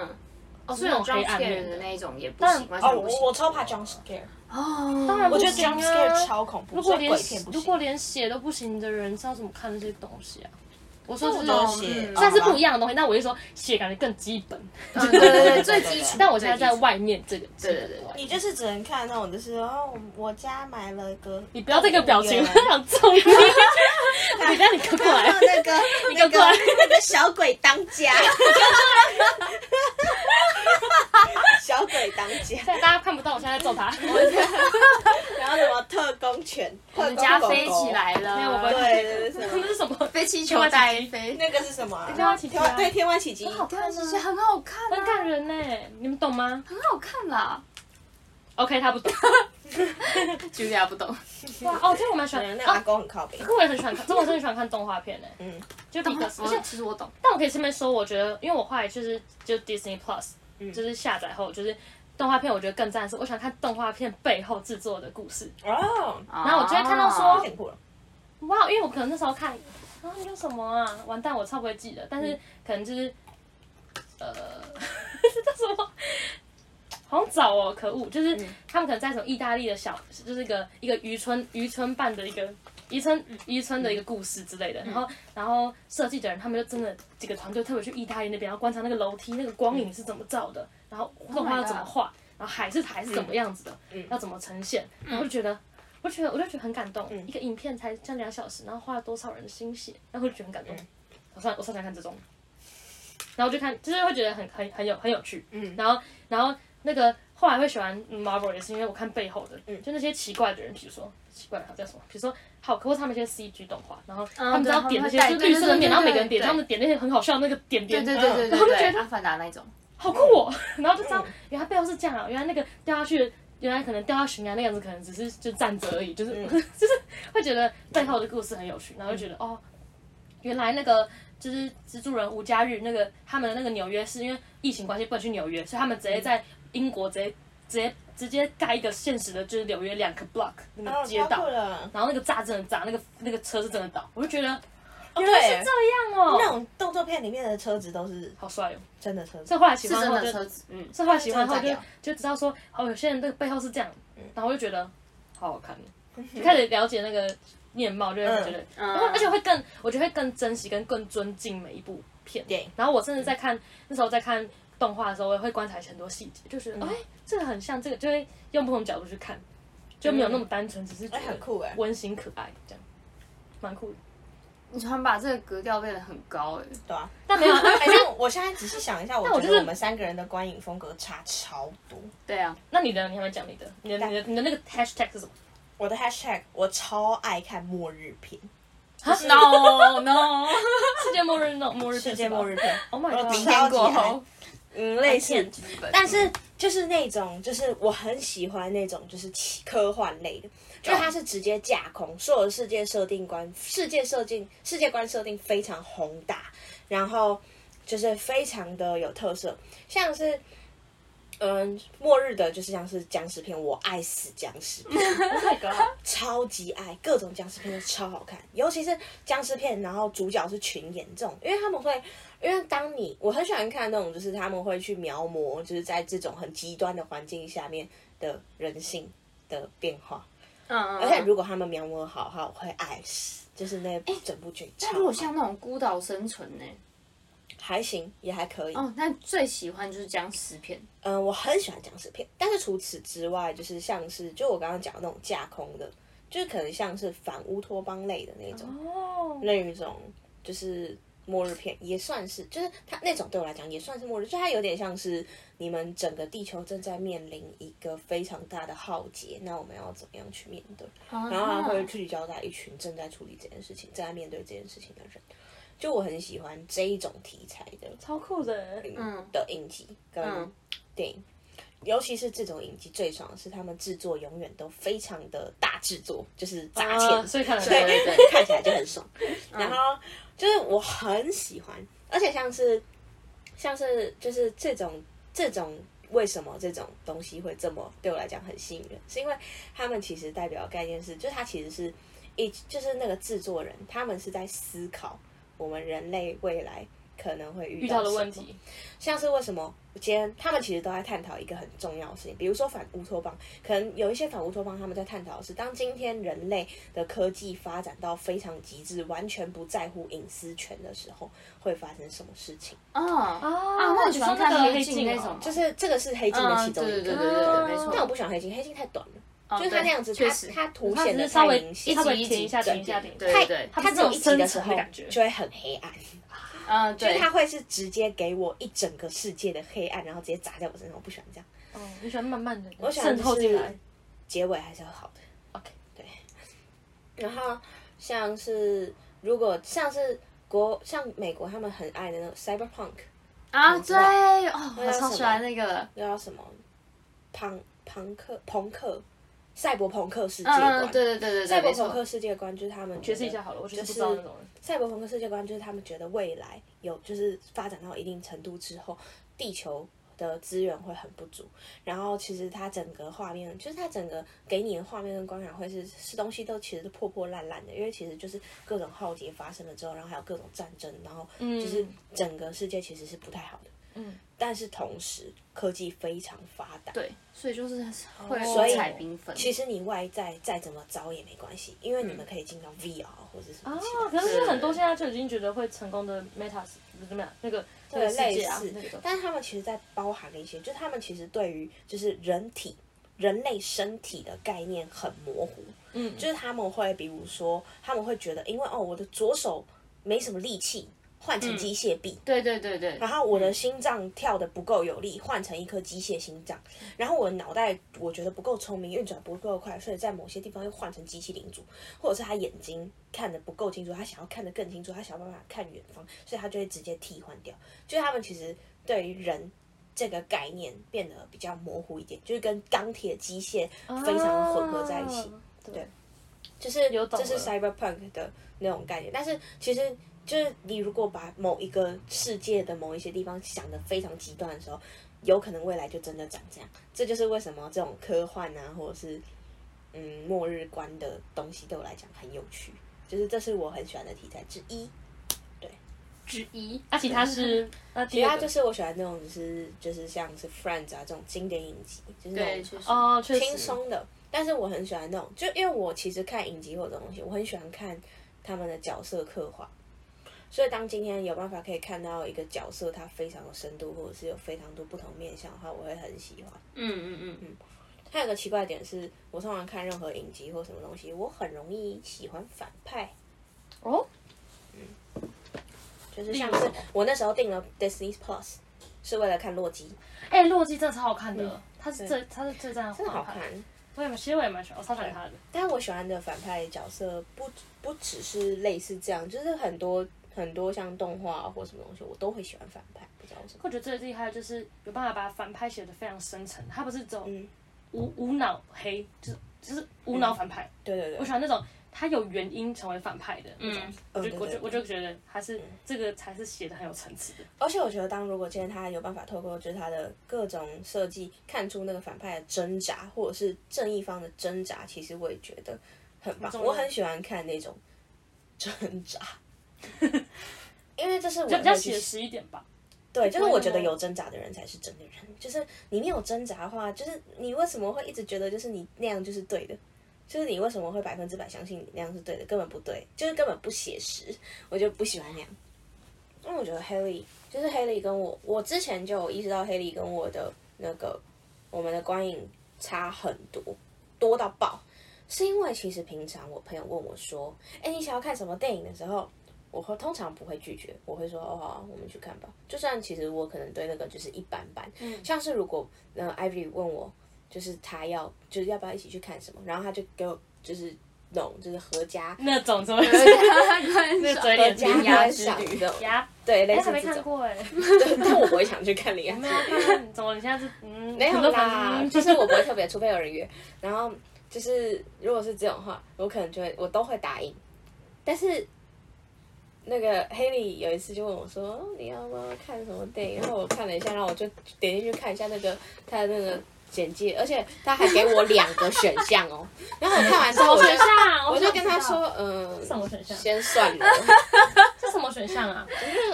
Speaker 3: 哦，
Speaker 1: 是
Speaker 3: 是
Speaker 1: 那
Speaker 3: 那
Speaker 1: 种
Speaker 3: 种
Speaker 1: jump
Speaker 3: 黑暗
Speaker 1: scare
Speaker 3: 面
Speaker 1: 的
Speaker 3: 的。
Speaker 1: 那一种也不
Speaker 3: 但
Speaker 1: 行，完
Speaker 2: 哦，
Speaker 1: 全不行。
Speaker 2: 我我超怕 jump scare，
Speaker 1: 哦，
Speaker 3: 当然
Speaker 2: 我觉得
Speaker 3: 不行啊
Speaker 2: jump scare 超恐怖，
Speaker 3: 如果
Speaker 2: 所以
Speaker 3: 连
Speaker 2: 鬼片不行。
Speaker 3: 如果连写都不行的人，知道怎么看那些东西啊？我说
Speaker 2: 我
Speaker 3: 是
Speaker 2: 都
Speaker 1: 懂
Speaker 2: 写
Speaker 1: 嗯，
Speaker 3: 算是不一样的东西，但我就说写感觉更基本。
Speaker 1: 嗯 对对对，最基础。
Speaker 3: 但我现在在外面这个，
Speaker 1: 对对对
Speaker 3: 这个
Speaker 2: 你就是只能看那种，就是哦，我我家买了个，
Speaker 3: 你不要这个表情，
Speaker 2: 动物
Speaker 3: 我
Speaker 2: 园
Speaker 3: 想揍你！你不要你跟过来，
Speaker 2: 那个 那个
Speaker 3: 过来
Speaker 2: 那个小鬼当 家，小鬼当家，
Speaker 3: 现在大家看不 到，我现在在揍他。
Speaker 2: 然后什么特工犬，
Speaker 1: 我们家飞起，来了，
Speaker 3: 没有，我不会
Speaker 1: 们
Speaker 2: 对对对
Speaker 3: 这是什么？
Speaker 1: 飞气球带飞，
Speaker 2: 那个是什么啊？
Speaker 3: 天外奇迹啊
Speaker 2: 对天外奇迹，
Speaker 1: 对，其实很好看啊，
Speaker 3: 很感人呢、你们懂吗
Speaker 1: 很好看啦。
Speaker 3: ？OK，他不懂。
Speaker 1: Julia 不懂，
Speaker 3: 哇 哦，这个我蛮喜欢
Speaker 2: 对那阿
Speaker 3: 啊，
Speaker 2: 公很靠北
Speaker 3: 可，我也很喜欢看，这我真的很喜欢看动画片呢、
Speaker 2: 嗯，
Speaker 3: 就比较，而
Speaker 1: 我
Speaker 3: 且
Speaker 1: 其实我懂，
Speaker 3: 但我可以顺便说，我觉得因为我后来就是就 Disney Plus，、就是下载后就是。动画片我觉得更赞的是，我想看动画片背后制作的故事。
Speaker 2: 哦，
Speaker 1: 然
Speaker 3: 后我就会看到
Speaker 2: 他
Speaker 1: 啊
Speaker 3: 说
Speaker 2: 挺酷的，
Speaker 3: 哇，因为我可能那时候看啊那叫什么啊，完蛋，我超不会记得，但是可能就是、呃， 这叫什么？好像早哦，可恶！就是他们可能在什么意大利的小，就是一个一个渔村渔村办的一个渔村渔村的一个故事之类的。然后然后设计的人他们就真的几个团队特别去意大利那边，然后观察那个楼梯那个光影是怎么照的，然后动画要怎么画，然后海是海是怎么样子的，要怎么呈现，然后就觉得。我就觉得，我就觉得很感动。一个影片才这样两小时，然后花了多少人的心血，然后就觉得很感动。我上我上想看这种，然后就看，就是会觉得很很很有很有趣。
Speaker 2: 嗯
Speaker 3: 然后然后那个后来会喜欢 Marvel 也是因为我看背后的，
Speaker 2: 嗯
Speaker 3: 就那些奇怪的人，比如说奇怪的他叫什么，比如说浩克或是他们一些 CG 动画，然后他们只要点那些
Speaker 1: 他
Speaker 3: 就
Speaker 1: 们会带
Speaker 3: 绿色的
Speaker 1: 哦对对对
Speaker 3: 点，然后每个人点，
Speaker 1: 对
Speaker 3: 他们点那些很好笑的那个点
Speaker 1: 对
Speaker 3: 点，
Speaker 1: 对对对
Speaker 3: 然后就
Speaker 1: 对
Speaker 3: 觉
Speaker 1: 对，
Speaker 3: 得
Speaker 1: 阿凡达那种，
Speaker 3: 好酷哦，
Speaker 2: 嗯
Speaker 3: 然后就知道原来背后是这样啊，原来那个掉下去。原来可能掉到悬崖那样子，可能只是就站着而已，就是、
Speaker 2: 嗯
Speaker 3: 就是会觉得背后的故事很有趣，然后就觉得、哦，原来那个就是蜘蛛人无家日那个他们的那个纽约是因为疫情关系不能去纽约，所以他们直接在英国直接直接直接盖一个现实的，就是纽约两个 block 那个
Speaker 2: 哦，
Speaker 3: 街
Speaker 2: 超
Speaker 3: 道，
Speaker 2: 酷的，
Speaker 3: 然后那个炸真的炸，那个那个车是真的倒，我就觉得
Speaker 2: 对
Speaker 3: 原哦来是这样
Speaker 2: 那
Speaker 3: 哦，
Speaker 2: 种动作片里面的车子都是
Speaker 3: 好帅哦！
Speaker 2: 真的车子
Speaker 3: 所以后来喜
Speaker 1: 是
Speaker 3: 欢
Speaker 1: 真
Speaker 3: 后
Speaker 1: 的
Speaker 3: 就
Speaker 1: 车子，嗯，
Speaker 3: 所以后来喜欢后
Speaker 2: 真的
Speaker 3: 就
Speaker 2: 炸掉
Speaker 3: 就知道说，哦，有些人的背后是这样，然后我就觉得好好看，就开始了解那个面貌，就会觉得，
Speaker 1: 嗯
Speaker 3: 然后而且会更，我觉得会更珍惜跟更尊敬每一部片。
Speaker 2: 电影，
Speaker 3: 然后我甚至在看那时候在看动画的时候，我也会观察很多细节，就觉得，哎，这个很像这个，就会用不同角度去看，就没有那么单纯，只是觉
Speaker 2: 哎，很
Speaker 3: 得
Speaker 2: 酷哎，
Speaker 3: 温馨可爱这样，蛮 酷的。
Speaker 1: 你突然把这个格调变得很高哎，
Speaker 2: 对啊。
Speaker 3: 但没有，
Speaker 2: 哎，那我现在仔细想一下，我
Speaker 3: 我
Speaker 2: 觉
Speaker 3: 就
Speaker 2: 得
Speaker 3: 是
Speaker 2: 我们三个人的观影风格差超多。
Speaker 1: 对啊，
Speaker 3: 那你的你还没讲你的，你的你的你的那个 hashtag 是什么？
Speaker 2: 我的 hashtag 我超爱看末日片，
Speaker 1: No No，
Speaker 3: 啊 世界末日那种末日
Speaker 2: 哦世
Speaker 3: 片
Speaker 2: 界
Speaker 3: 是吧
Speaker 2: 末日片，
Speaker 3: ，Oh my
Speaker 2: 我
Speaker 3: god！
Speaker 2: 明
Speaker 1: 天
Speaker 2: 天
Speaker 1: 过
Speaker 2: 过
Speaker 1: 后
Speaker 2: 后，嗯，类似，
Speaker 1: 本
Speaker 2: 但是就是那种，就是我很喜欢那种，就是奇科幻类的，就是它是直接架空，所有的世界设定观、世界设定、世界观设定非常宏大，然后就是非常的有特色，像是。嗯，末日的就是像是僵尸片，我爱死僵尸片，
Speaker 3: Oh my god！
Speaker 2: 超级爱各种僵尸片都超好看，尤其是僵尸片，然后主角是群演这种，因为他们会，因为当你我很喜欢看那种，就是他们会去描摹，就是在这种很极端的环境下面的人性的变化，
Speaker 1: 嗯
Speaker 2: 而且如果他们描摹得好的话，我会爱死，就是那整部剧超好
Speaker 1: 那
Speaker 2: 看。
Speaker 1: 如果像那种孤岛生存呢？
Speaker 2: 还行，也还可以。
Speaker 1: 哦，那最喜欢就是僵尸片，
Speaker 2: 嗯，我很喜欢僵尸片，但是除此之外，就是像是就我刚刚讲的那种架空的， 就是可能像是反乌托邦类的那种。
Speaker 3: 哦，
Speaker 2: 那一种就是末日片，也算是，就是它那种对我来讲也算是末日，就它有点像是你们整个地球正在面临一个非常大的浩劫，那我们要怎么样去面对？
Speaker 1: 啊
Speaker 2: 然后他会聚焦在一群正在处理这件事情、正在面对这件事情的人。就我很喜欢这一种题材的
Speaker 3: 超酷的，
Speaker 1: 嗯
Speaker 2: 的影集跟
Speaker 1: 嗯
Speaker 2: 电影，尤其是这种影集最爽的是他们制作永远都非常的大制作，就是砸钱，
Speaker 3: 啊所以看得出
Speaker 2: 对
Speaker 3: 来
Speaker 2: 对对， 看起来就很爽。
Speaker 1: 嗯
Speaker 3: 嗯
Speaker 2: 然后就是我很喜欢，而且像是像是就是这种这种。为什么这种东西会这么对我来讲很吸引人？是因为他们其实代表的概念是，就是它其实是一就是那个制作人，他们是在思考我们人类未来可能会遇
Speaker 3: 遇到的
Speaker 2: 什么
Speaker 3: 问题，
Speaker 2: 像是为什么今天他们其实都在探讨一个很重要的事情，比如说反乌托邦，可能有一些反乌托邦他们在探讨的是，当今天人类的科技发展到非常极致，完全不在乎隐私权的时候，会发生什么事情？
Speaker 1: 哦，
Speaker 3: 啊
Speaker 1: 那你喜欢看黑镜哦
Speaker 3: 那
Speaker 1: 那种
Speaker 3: 就
Speaker 1: 就是
Speaker 2: 就是这个是黑镜的其中一个，
Speaker 1: 啊对对对
Speaker 3: 对对没错
Speaker 2: 但我不喜欢黑镜，黑镜太短了，
Speaker 1: 哦
Speaker 2: 就是它那样子，
Speaker 1: 对
Speaker 2: 它
Speaker 1: 确实，
Speaker 2: 它凸
Speaker 3: 它
Speaker 2: 显
Speaker 3: 只
Speaker 2: 的
Speaker 3: 是稍
Speaker 2: 太
Speaker 3: 微
Speaker 2: 明
Speaker 3: 一
Speaker 2: 显
Speaker 1: 它
Speaker 3: 稍。
Speaker 1: 集
Speaker 3: 微
Speaker 1: 一集
Speaker 3: 停一下，
Speaker 1: 对
Speaker 3: 停一下，停一下。
Speaker 1: 对
Speaker 2: 太
Speaker 1: 对
Speaker 2: 它只有一集的时
Speaker 3: 它不是那种深层
Speaker 2: 候
Speaker 3: 的感觉
Speaker 2: 就会很黑暗，
Speaker 1: 嗯，
Speaker 2: 所以
Speaker 1: 对，
Speaker 2: 它会是直接给我一整个世界的黑暗，然后直接砸在我身上，我不喜欢这样。
Speaker 3: 哦，你喜欢慢慢的
Speaker 2: 我喜欢
Speaker 3: 渗透进来
Speaker 2: 就是。结尾还是要好的。
Speaker 3: OK
Speaker 2: 对。然后像是如果像是国像美国他们很爱的那个 cyberpunk，
Speaker 1: 啊，
Speaker 2: 我知道
Speaker 1: 对，哦，我
Speaker 2: 叫
Speaker 1: 超
Speaker 2: 什
Speaker 1: 喜
Speaker 2: 么
Speaker 1: 欢那个，
Speaker 2: 又要什么朋朋克朋克赛博朋克世界
Speaker 1: 嗯
Speaker 2: 观。
Speaker 1: 嗯，对对对对
Speaker 2: 赛
Speaker 1: 对，
Speaker 2: 博
Speaker 1: 没
Speaker 2: 朋
Speaker 1: 错，
Speaker 2: 克世界观就是他们
Speaker 3: 解
Speaker 2: 觉
Speaker 3: 释
Speaker 2: 得
Speaker 3: 一下好了，我就
Speaker 2: 就是
Speaker 3: 不知道那种人。
Speaker 2: 赛博朋克世界观就是他们觉得未来有就是发展到一定程度之后，地球的资源会很不足，然后其实它整个画面就是它整个给你的画面跟观感会是是东西都其实是破破烂烂的，因为其实就是各种浩劫发生了之后，然后还有各种战争，然后就是整个世界其实是不太好的。
Speaker 3: 嗯，
Speaker 2: 但是同时科技非常发达，
Speaker 1: 对，所以就是会
Speaker 2: 哦所
Speaker 1: 五
Speaker 2: 以
Speaker 1: 彩缤纷，
Speaker 2: 其实你外在再怎么糟也没关系，因为你们可以进到 VR 或者什么
Speaker 3: 啊
Speaker 2: 其他的，
Speaker 3: 可是很多现在就已经觉得会成功的 Meta 不是 Meta 那个那个世
Speaker 2: 呃类
Speaker 3: 界啊
Speaker 2: 似，
Speaker 3: 那个东西
Speaker 2: 但是他们其实在包含了一些，就是他们其实对于就是人体、人类身体的概念很模糊，
Speaker 3: 嗯，
Speaker 2: 就是他们会比如说他们会觉得，因为哦我的左手没什么力气，换
Speaker 3: 嗯
Speaker 2: 成机械臂。
Speaker 1: 对对对对，
Speaker 2: 然后我的心脏跳得不够有力，换成一颗机械心脏。然后我的脑袋我觉得不够聪明，运转不够快，所以在某些地方又换成机器领主，或者是他眼睛看得不够清楚，他想要看得更清楚，他想要办法看远方，所以他就会直接替换掉。就是他们其实对于人。这个概念变得比较模糊一点，就是跟钢铁机械非常混合在一起。
Speaker 3: 嗯啊
Speaker 2: 对
Speaker 3: 对，
Speaker 2: 就是
Speaker 3: 有懂
Speaker 2: 这是
Speaker 3: 了
Speaker 2: cyberpunk 的那种概念。但是其实就是你如果把某一个世界的某一些地方想的非常极端的时候，有可能未来就真的长这样。这就是为什么这种科幻啊，或者是嗯末日观的东西对我来讲很有趣，就是这是我很喜欢的题材之一。
Speaker 1: 之一，
Speaker 3: 啊，其他是那
Speaker 2: 其
Speaker 3: 第
Speaker 2: 他
Speaker 3: 二
Speaker 2: 就是是我喜欢那种就是就是像是 Friends 啊这种经典影集，就是那
Speaker 1: 对，
Speaker 2: 种
Speaker 1: 确实，
Speaker 3: 哦，确实
Speaker 2: 轻松的，但是我很喜欢那种，就因为我其实看影集或者东西，我很喜欢看他们的角色刻画。所以，当今天有办法可以看到一个角色他非常有深度，或者是有非常多不同面向的话，我会很喜欢。
Speaker 1: 嗯嗯嗯，
Speaker 2: 还有个奇怪的点是，我通常看任何影集或什么东西，我很容易喜欢反派，嗯
Speaker 3: 哦，
Speaker 2: 就是
Speaker 3: 例如
Speaker 2: 像
Speaker 3: 什
Speaker 2: 是
Speaker 3: 么
Speaker 2: 我那时候订了 Disney Plus，是为了看洛基，
Speaker 3: 哎，洛基真的超好看的，他是最他是最赞，
Speaker 2: 嗯真的好看。。
Speaker 3: 我也蛮，其实我也蛮喜欢，我超喜欢他的。
Speaker 2: 但我喜欢的反派角色不不只是类似这样，就是很多很多像动画啊或什么东西，我都会喜欢反派，不知道为什么。
Speaker 3: 我觉得最厉害的就是有办法把反派写的非常深层，他不是这种
Speaker 2: 嗯
Speaker 3: 无无脑黑，就是就是无脑反派。
Speaker 2: 对对
Speaker 3: 我
Speaker 2: 对，
Speaker 3: 喜欢那种他有原因成为反派的那种
Speaker 1: 嗯。
Speaker 3: 我
Speaker 2: 嗯
Speaker 3: 就
Speaker 2: 对对
Speaker 3: 我就
Speaker 2: 对嗯
Speaker 3: 我就觉得他是这个才是写的很有层次的。
Speaker 2: 而且我觉得，当如果今天他有办法透过就是他的各种设计，看出那个反派的挣扎，或者是正义方的挣扎，其实我也觉得很棒。
Speaker 3: 重要
Speaker 2: 我很喜欢看那种挣 扎，因为这是我
Speaker 3: 就比较
Speaker 2: 会去
Speaker 3: 写实一点吧。
Speaker 2: 对，就是
Speaker 3: 不会
Speaker 2: 我
Speaker 3: 那
Speaker 2: 觉得
Speaker 3: 么
Speaker 2: 有挣扎的人才是真的人。就是你没有挣扎的话，就是你为什么会一直觉得就是你那样就是对的？就是你为什么会百分之百相信你那样是对的？根本不对，就是根本不写实。我就不喜欢那样。因为我觉得 Haley 就是 Haley 跟我，我之前就有意识到 Haley 跟我的那个我们的观影差很多，多到爆。是因为其实平常我朋友问我说：“哎，你想要看什么电影的时候？”我会通常不会拒绝，我会说哦好啊、我们去看吧。就算其实我可能对那个就是一般般，像是如果呃 Ivy 问我，就是他要就是要不要一起去看什么，然后他就给我就是那种就是合家
Speaker 3: 那种什 么
Speaker 1: 那
Speaker 2: 合
Speaker 3: 嘴脸
Speaker 2: 家
Speaker 1: 铃芽
Speaker 2: 观
Speaker 1: 之
Speaker 2: 赏
Speaker 1: 旅
Speaker 2: 的，
Speaker 3: 呀，
Speaker 2: 对类
Speaker 3: 哎，
Speaker 2: 似
Speaker 3: 还没
Speaker 2: 这
Speaker 3: 看
Speaker 2: 种，
Speaker 3: 过哎，
Speaker 2: 但我不会想去看《铃芽之
Speaker 3: 没
Speaker 2: 旅
Speaker 3: 有》。看，怎么你现在是嗯
Speaker 2: 没有
Speaker 3: 很多粉丝
Speaker 2: 啦，
Speaker 3: 嗯
Speaker 2: 就是我不会特别，除非有人约。然后就是如果是这种话，我可能就会我都会答应。但是那个 Haley 有一次就问我说：“哦你要不要看什么电影？”然后我看了一下，然后我就点进去看一下那个他的那个简介，而且他还给我两个选项哦。然后我看完之
Speaker 3: 什
Speaker 2: 后，我
Speaker 3: 么
Speaker 2: 就
Speaker 3: 选项？
Speaker 2: 我
Speaker 3: 好
Speaker 2: 就
Speaker 3: 想
Speaker 2: 跟他
Speaker 3: 知道
Speaker 2: 说：“嗯、
Speaker 3: 什么选项？
Speaker 2: 先算了，
Speaker 3: 是什么选项啊？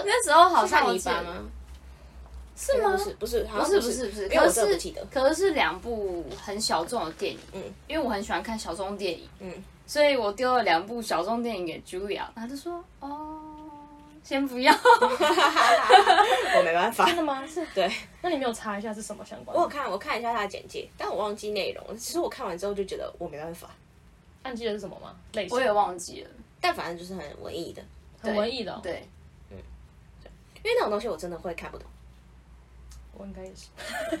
Speaker 1: 那时候好像
Speaker 2: 看
Speaker 1: 我
Speaker 2: 一
Speaker 1: 记
Speaker 2: 把
Speaker 1: 得
Speaker 2: 吗？
Speaker 1: 是
Speaker 2: 哎不
Speaker 1: 吗？
Speaker 2: 是，不是，好
Speaker 1: 不
Speaker 2: 像
Speaker 1: 是不
Speaker 2: 不
Speaker 1: 是不是，
Speaker 2: 因为我
Speaker 1: 可
Speaker 2: 真的
Speaker 1: 是
Speaker 2: 不记得。
Speaker 1: 可是两部很小众的电影，
Speaker 2: 嗯
Speaker 1: 嗯，因为我很喜欢看小众电影，
Speaker 2: 嗯
Speaker 1: 嗯，所以我丢了两部小众电影给 Julia，然后她就说哦，先不要，
Speaker 2: 我没办法。”
Speaker 3: 真的吗？是，
Speaker 2: 对，
Speaker 3: 那你没有查一下是什么相关
Speaker 2: 我有
Speaker 3: 的？
Speaker 2: 看，我看一下他的简介，但我忘记内容了。其实我看完之后就觉得我没办法，
Speaker 3: 那你记得是什么吗？类型？
Speaker 1: 我也忘记了，
Speaker 2: 但反正就是很文艺的，
Speaker 3: 很文艺的哦。
Speaker 1: 对，
Speaker 2: 因为那种东西我真的会看不懂。
Speaker 3: 我应该也是。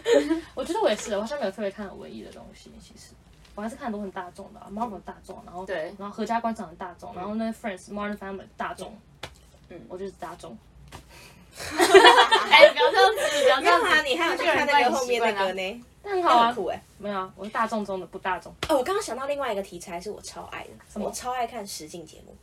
Speaker 3: 我觉得我也是，我好像没有特别看很文艺的东西，其实。我还是看很多很大众的、啊、，Marvel 大众，然后
Speaker 1: 对
Speaker 3: 然后合家观赏很大众，然后那 Friends、Modern Family 大众，
Speaker 1: 嗯
Speaker 3: 我就是大众。
Speaker 1: 哎，不要这样子，不要这
Speaker 2: 没有
Speaker 1: 样
Speaker 2: 啊，
Speaker 1: 子，
Speaker 2: 你还有去
Speaker 1: 这个人
Speaker 2: 看那
Speaker 1: 怪
Speaker 2: 个后面
Speaker 1: 习
Speaker 2: 那
Speaker 1: 惯啊
Speaker 2: 个呢？
Speaker 3: 但很好
Speaker 2: 那
Speaker 3: 啊
Speaker 2: 很，酷哎、
Speaker 3: 没有啊，我是大众中的不大众。
Speaker 2: 哦，我刚刚想到另外一个题材是我超爱的，
Speaker 3: 么
Speaker 2: 我超爱看实境节目，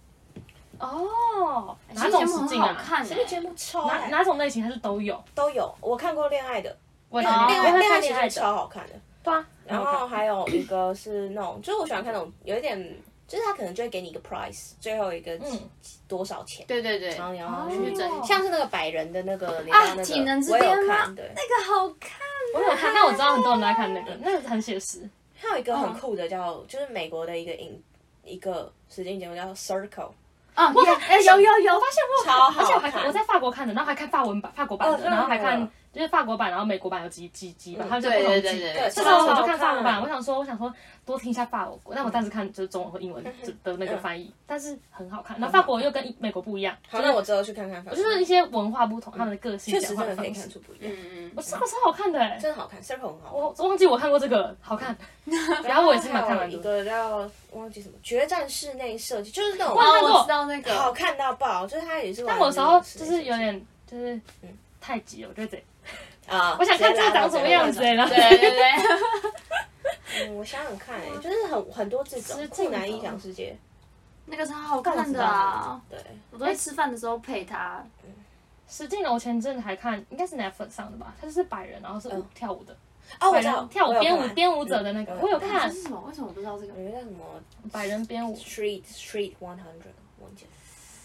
Speaker 3: 哦，哪
Speaker 1: 这
Speaker 3: 种
Speaker 1: 种
Speaker 3: 实
Speaker 1: 很
Speaker 3: 境
Speaker 1: 好
Speaker 3: 啊？
Speaker 1: 看
Speaker 2: 实境
Speaker 1: 欸，
Speaker 2: 节目超
Speaker 3: 哪
Speaker 2: 爱
Speaker 3: 哪种类型还是都有。
Speaker 2: 都有。我看过恋爱的，
Speaker 3: 我也
Speaker 1: 哦
Speaker 2: 恋
Speaker 3: 我
Speaker 2: 爱
Speaker 3: 也
Speaker 2: 恋爱
Speaker 3: 看
Speaker 2: 节
Speaker 3: 恋
Speaker 2: 目
Speaker 3: 爱
Speaker 2: 超
Speaker 3: 的，
Speaker 2: 好看的。
Speaker 3: 对啊。
Speaker 2: 然后还有一个是那种，就是我喜欢看那种有一点，就是他可能就会给你一个 price，最后一个几
Speaker 3: 嗯
Speaker 2: 多少钱，
Speaker 1: 对对对，
Speaker 2: 然
Speaker 1: 那
Speaker 2: 后你要去
Speaker 1: 去整
Speaker 3: 哦
Speaker 2: 像是那个百人的那个，你
Speaker 1: 啊
Speaker 2: 知道那个
Speaker 1: 体能之
Speaker 2: 我有
Speaker 1: 巅吗
Speaker 2: 看，对，
Speaker 1: 个好看，
Speaker 3: 我有看，但我知道很多人都在看那个，那个很写实。
Speaker 2: 还有
Speaker 3: 哦
Speaker 2: 一个很酷的叫，就是美国的一个影一个实境节目叫 Circle，
Speaker 3: 哦
Speaker 1: 啊，哎，有有有，发现我
Speaker 2: 超
Speaker 3: 而
Speaker 2: 好
Speaker 3: 且我还我
Speaker 2: 看。
Speaker 3: 在法国看的，然后还看法文版、法国版
Speaker 2: 哦
Speaker 3: 的，
Speaker 2: 真的
Speaker 3: 然后还
Speaker 2: 吗
Speaker 3: 看就是法国版，然后美国版有几几集吧，它就
Speaker 1: 对
Speaker 3: 不同
Speaker 1: 对对
Speaker 3: 季。
Speaker 1: 对，
Speaker 3: 这
Speaker 2: 这
Speaker 3: 时
Speaker 2: 个
Speaker 3: 候
Speaker 2: 好
Speaker 3: 我就
Speaker 2: 看
Speaker 3: 看法国版，我想说，我想说多听一下法国，但我当时看就是中文和英文
Speaker 2: 嗯
Speaker 3: 的那个
Speaker 2: 嗯
Speaker 3: 翻译，但是很好看。那法国又跟美国不一样，
Speaker 2: 好，
Speaker 3: 就
Speaker 2: 那
Speaker 3: 是
Speaker 2: 我之后去看看。反
Speaker 3: 我
Speaker 2: 正
Speaker 3: 就是一些文化不同，他们的个性
Speaker 2: 确实真
Speaker 3: 讲话
Speaker 2: 的
Speaker 3: 的
Speaker 2: 可以
Speaker 3: 方
Speaker 2: 看
Speaker 3: 式。
Speaker 2: 出不一样，
Speaker 1: 嗯嗯
Speaker 3: 我，这个超好看的欸，
Speaker 2: 真的好看，Circle 很好看。
Speaker 3: 我我忘记我看过这个，好看。然后我也是蛮看
Speaker 2: 还有
Speaker 3: 完
Speaker 2: 一
Speaker 3: 的。
Speaker 2: 个叫忘记什么决战室内设计，就是那种
Speaker 3: 哇
Speaker 1: 哦，我知道那个，
Speaker 2: 好看到爆，就是它也是玩
Speaker 3: 但
Speaker 2: 那
Speaker 3: 我
Speaker 2: 种
Speaker 3: 有
Speaker 2: 室
Speaker 3: 时
Speaker 2: 内设计。
Speaker 3: 候就是有点就是
Speaker 2: 嗯
Speaker 3: 太急了，我就得
Speaker 2: 啊，
Speaker 3: 我想看这个长什么样子欸，然后
Speaker 1: 对对对，
Speaker 2: 嗯，我想想看，哎，就是很很多这种
Speaker 3: 实
Speaker 2: 酷
Speaker 3: 境的
Speaker 2: 男异想世界，
Speaker 1: 那个超好看的啊，
Speaker 2: 对，
Speaker 1: 我都会吃饭的时候配它，
Speaker 3: 石敬楼前阵子还看，应该是 Netflix 上的吧？他就是百人，然后是舞、
Speaker 2: 嗯
Speaker 3: 跳舞的，
Speaker 2: 哦，我
Speaker 3: 百
Speaker 2: 知道
Speaker 3: 人跳
Speaker 2: 我
Speaker 3: 舞
Speaker 2: 有
Speaker 3: 编
Speaker 2: 看
Speaker 3: 舞
Speaker 2: 完
Speaker 3: 编舞者的那个，
Speaker 2: 嗯
Speaker 3: 我有
Speaker 1: 这
Speaker 3: 看
Speaker 1: 是什么？为什么我不知道这个？
Speaker 2: 有一个叫什么
Speaker 3: 百人编舞
Speaker 2: Street Street One Hundred，忘记了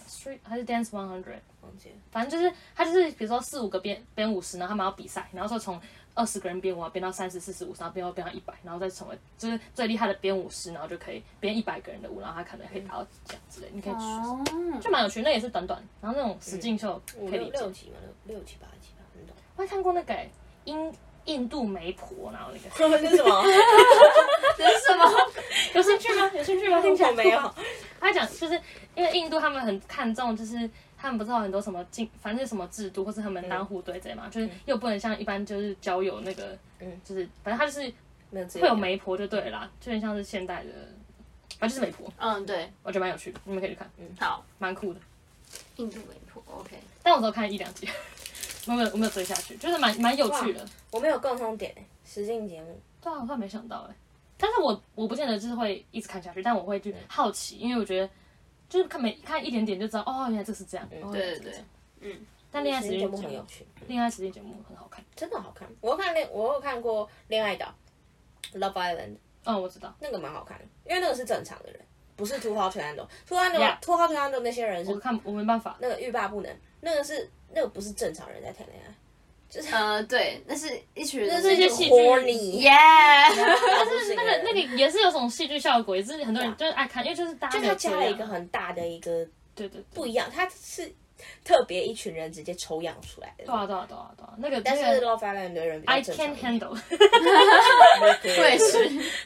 Speaker 3: Street 还是 Dance One Hundred，
Speaker 2: 忘记了。
Speaker 3: 反正就是他就是比如说四五个编编舞师，然后他们要比赛，然后说从二十个人编舞啊编到三十、四十、五十，然后编到编到一百，然后再成为就是最厉害的编舞师，然后就可以编一百个人的舞，然后他可能可以达到奖之类，你可以去。
Speaker 2: 啊
Speaker 1: 哦，
Speaker 3: 就蛮有趣，那也是短短，然后那种实境秀
Speaker 2: 五
Speaker 3: 可
Speaker 2: 六
Speaker 3: 以理解。
Speaker 2: 六集嘛，六六集八集吧，很 懂。
Speaker 3: 我还看过那个欸印印度媒婆，然后那个
Speaker 2: 这是什么？
Speaker 1: 这是什么？
Speaker 3: 有兴趣吗？有 兴趣吗？听起来
Speaker 2: 我没有。
Speaker 3: 他讲就是因为印度他们很看重，就是他们不是有很多什么进，反正是什么制度，或是他们当户对贼嘛，就是又不能像一般就是交友那个，
Speaker 2: 嗯
Speaker 3: 就是反正他就是
Speaker 2: 没有资
Speaker 3: 会
Speaker 2: 源
Speaker 3: 有媒婆就对了啦，就很像是现代的，反正就是媒婆，
Speaker 1: 嗯，对，
Speaker 3: 我觉得蛮有趣的，你们可以去看，
Speaker 1: 好，
Speaker 3: 蛮酷的。
Speaker 1: 印度媒婆，OK，
Speaker 3: 但我只有看一两集，我没有我没有追下去，就是蛮蛮有趣的。
Speaker 2: 我没有共同点欸，实境节目。
Speaker 3: 对啊，我倒没想到哎、但是我我不见得就是会一直看下去，但我会就好奇，因为我觉得就是看每看一点点就知道，哦，原来这是这样。哦原来
Speaker 1: 对
Speaker 3: 这
Speaker 1: 对
Speaker 3: 是这
Speaker 1: 对
Speaker 3: 样，
Speaker 1: 嗯，
Speaker 3: 但恋爱
Speaker 2: 实
Speaker 3: 实
Speaker 2: 境节目
Speaker 3: 境节目
Speaker 2: 很有趣，
Speaker 3: 恋爱实境节目很好看。
Speaker 2: 真的好看。我有看恋，我有看过《恋爱岛》（Love Island），
Speaker 3: 嗯，我知道，
Speaker 2: 那个蛮好看的，因为那个是正常的人，不是 Two Hot t w a n d o Two Hot t w a n
Speaker 3: Yeah
Speaker 2: d o Two Hot t w a n d o 那些人
Speaker 3: 我
Speaker 2: 是
Speaker 3: 看我没办法，
Speaker 2: 那个欲罢不能，那个是那个不是正常人在谈恋爱，就是
Speaker 1: 呃，对，那是一群人，
Speaker 2: 那
Speaker 3: 是一些戏剧
Speaker 2: horny，
Speaker 1: 耶，
Speaker 2: 但是
Speaker 3: 那个那个也是有种戏剧效果，也是很多人就是爱看，因为就是大
Speaker 2: 啊
Speaker 3: 家
Speaker 2: 就
Speaker 3: 没
Speaker 2: 他
Speaker 3: 有这
Speaker 2: 加
Speaker 3: 样
Speaker 2: 了一个很大的一个
Speaker 3: 对对对
Speaker 2: 不一样，他是特别一群人直接抽样出来的。
Speaker 3: 对啊对啊对啊对啊，那个
Speaker 2: 但
Speaker 3: 那
Speaker 2: 是
Speaker 3: 个
Speaker 2: Love Island 的人比较
Speaker 3: I
Speaker 2: 正常
Speaker 3: can
Speaker 2: 一 点。
Speaker 3: handle，
Speaker 1: 我也是，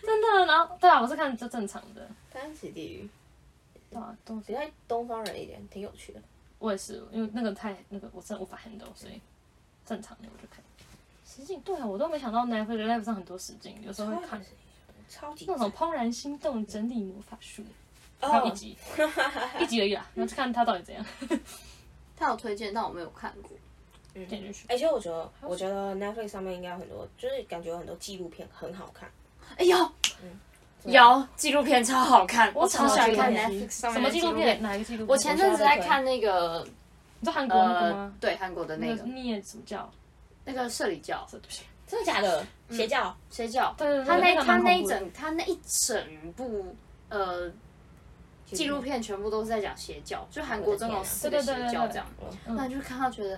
Speaker 3: 真的。然后对啊，我是看这正常的。
Speaker 2: 单词地狱，
Speaker 3: 对啊，东
Speaker 2: 比
Speaker 3: 西
Speaker 2: 较东方人一点，挺有趣的。
Speaker 3: 我也是，因为那个太那个我真的无法 handle，所以正常的我就看。实境对啊，我都没想到 Netflix Live 上很多实境，有时候 会看
Speaker 2: 超级
Speaker 3: 那种怦然心动整理魔法术，还有一
Speaker 2: 哦，
Speaker 3: 集，一集而已啦，然后去看它到底怎样。
Speaker 1: 他有推荐，但我没有看过。
Speaker 2: 嗯
Speaker 3: 点进去，
Speaker 2: 而且我觉得，我觉得 Netflix 上面应该有很多，就是感觉有很多纪录片很好看。
Speaker 1: 哎呦，
Speaker 3: 嗯
Speaker 1: 有纪录片超好看，我超喜欢看
Speaker 2: 纪录
Speaker 1: Netflix 上
Speaker 3: 什
Speaker 1: 面的
Speaker 3: 么纪录片？。哪一个纪录片？
Speaker 1: 我前阵子在看那个
Speaker 3: 你说韩国那个
Speaker 1: 呃
Speaker 3: 吗，？
Speaker 1: 对韩国的那
Speaker 3: 那
Speaker 1: 个
Speaker 3: 个念什么叫？
Speaker 1: 那个社里教
Speaker 3: 对不起，
Speaker 2: 真的假的？嗯邪教？
Speaker 1: 邪教，
Speaker 3: 对对对
Speaker 1: 他
Speaker 3: 那
Speaker 1: 那
Speaker 3: 个
Speaker 1: 他
Speaker 3: 蛮
Speaker 1: 那
Speaker 3: 恐
Speaker 1: 一
Speaker 3: 怖的
Speaker 1: 整他那一整部呃纪
Speaker 2: 纪
Speaker 1: 录
Speaker 2: 录
Speaker 1: 片全部都是在讲邪教，就韩国真的有四
Speaker 3: 对
Speaker 1: 个
Speaker 3: 对
Speaker 1: 邪
Speaker 3: 啊对对
Speaker 1: 教
Speaker 3: 对
Speaker 1: 这样，
Speaker 3: 嗯
Speaker 1: 那你就看到觉得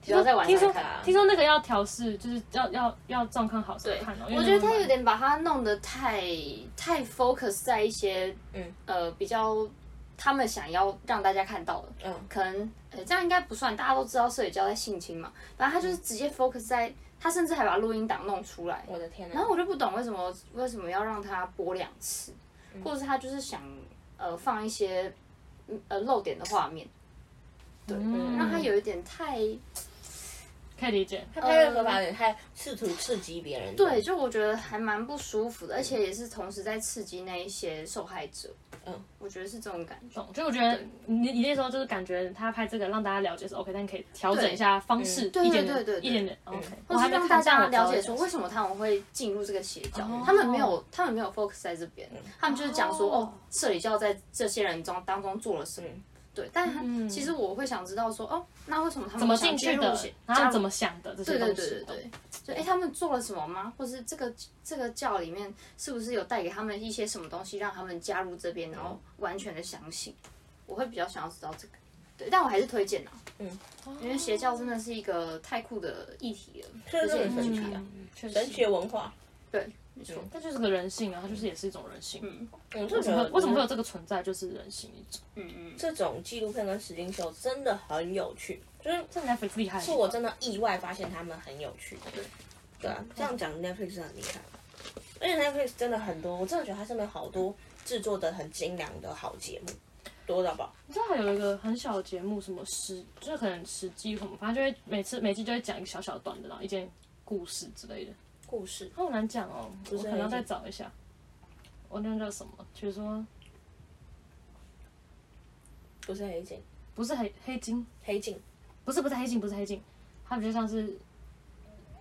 Speaker 1: 不
Speaker 2: 说
Speaker 1: 要再玩
Speaker 2: 听
Speaker 1: 下
Speaker 2: 说
Speaker 1: 看啊。
Speaker 3: 听说那个要调试，就是要要要状况好才
Speaker 1: 对
Speaker 3: 看哦。，因为
Speaker 1: 我觉得
Speaker 3: 那个
Speaker 1: 他有
Speaker 3: 蛮
Speaker 1: 点把它弄得太太 focus 在一些
Speaker 2: 嗯
Speaker 1: 呃比较他们想要让大家看到的，
Speaker 2: 嗯
Speaker 1: 可能呃这样应该不算，大家都知道摄影教在性侵嘛，反正他
Speaker 3: 嗯
Speaker 1: 就是直接 focus 在，他甚至还把录音档弄出来，
Speaker 2: 我的天哪！
Speaker 1: 然后我就不懂为什么为什么要让他播两次，
Speaker 3: 嗯
Speaker 1: 或者是他就是想呃放一些嗯呃露点的画面，对，
Speaker 3: 嗯
Speaker 1: 让他有一点太
Speaker 3: 可以理解，
Speaker 2: 他拍任何
Speaker 3: 呃
Speaker 2: 版本，他试图刺激别人。
Speaker 1: 对，，就我觉得还蛮不舒服的，而且也是同时在刺激那一些受害者，
Speaker 2: 嗯，
Speaker 1: 我觉得是这种感觉。
Speaker 3: 懂。就我觉得你你那时候就是感觉他拍这个让大家了解是 OK，但可以调整一下方式，
Speaker 1: 对
Speaker 3: 一点
Speaker 1: 对对
Speaker 3: 点
Speaker 1: 对对
Speaker 3: 一点点 OK。我
Speaker 1: 或
Speaker 3: 还
Speaker 1: 是
Speaker 3: 没
Speaker 1: 让
Speaker 3: 看
Speaker 1: 大家
Speaker 3: 但我知道
Speaker 1: 了解
Speaker 3: 在
Speaker 1: 说
Speaker 3: 讲
Speaker 1: 为什么他们会进入这个邪教
Speaker 2: 哦，
Speaker 1: 他们没有，他们没有 focus 在这边，他们就是讲说
Speaker 3: 哦
Speaker 1: 哦，社里教在这些人中当中做了什么
Speaker 2: 嗯。
Speaker 1: 对，但他
Speaker 3: 嗯
Speaker 1: 其实我会想知道说，哦，那为什么他们
Speaker 3: 怎么
Speaker 1: 想
Speaker 3: 进去
Speaker 1: 入
Speaker 3: 的
Speaker 1: 邪，
Speaker 3: 然
Speaker 1: 加
Speaker 3: 后
Speaker 1: 入
Speaker 3: 怎么想的这些
Speaker 1: 对对
Speaker 3: 东
Speaker 1: 对
Speaker 3: 西哦
Speaker 1: 对，对，就哎、诶他们做了什么吗？或是这个这个教里面是不是有带给他们一些什么东西，让他们加入这
Speaker 3: 嗯
Speaker 1: 边，然后完全的相信？我会比较想要知道这个，对，但我还是推荐啊，
Speaker 3: 懂
Speaker 1: 因为邪教真的是一个太酷的议题了，
Speaker 2: 这是
Speaker 1: 有些
Speaker 2: 很
Speaker 1: 人
Speaker 2: 神
Speaker 1: 去
Speaker 2: 奇
Speaker 1: 看
Speaker 2: 的，
Speaker 3: 嗯确
Speaker 2: 神
Speaker 3: 实，
Speaker 2: 学文化。
Speaker 1: 对，没错，
Speaker 3: 但就是个人性啊，它就是也是一种人性。
Speaker 1: 嗯
Speaker 2: 我就觉
Speaker 3: 为什么
Speaker 2: 得
Speaker 3: 会为什么会有这个存在？就是人性一种。
Speaker 1: 嗯嗯，
Speaker 2: 这种纪录片跟实境秀真的很有趣，就是
Speaker 3: 这 Netflix 厉害的
Speaker 2: 是
Speaker 3: 地方，
Speaker 2: 我真的意外发现他们很有趣的。
Speaker 1: 对
Speaker 2: 对
Speaker 3: 嗯
Speaker 2: 啊，这样讲 Netflix 很厉害，而且 Netflix 真的很多，我真的觉得它上面好多制作的很精良的好节目，多到爆。
Speaker 3: 你知道还有一个很小的节目，什么十，就是可能十集什么，反正就会每次每集就会讲一个小小段的，然后一件故事之类的。
Speaker 2: 故事
Speaker 3: 好难讲哦，我
Speaker 2: 是
Speaker 3: 可
Speaker 2: 很
Speaker 3: 能要
Speaker 2: 理解
Speaker 3: 再找一下。我那叫什么？比如说
Speaker 2: 不是黑镜，
Speaker 3: 不是黑黑金，
Speaker 2: 黑镜
Speaker 3: 不是不是黑金，不是黑金，它比较像是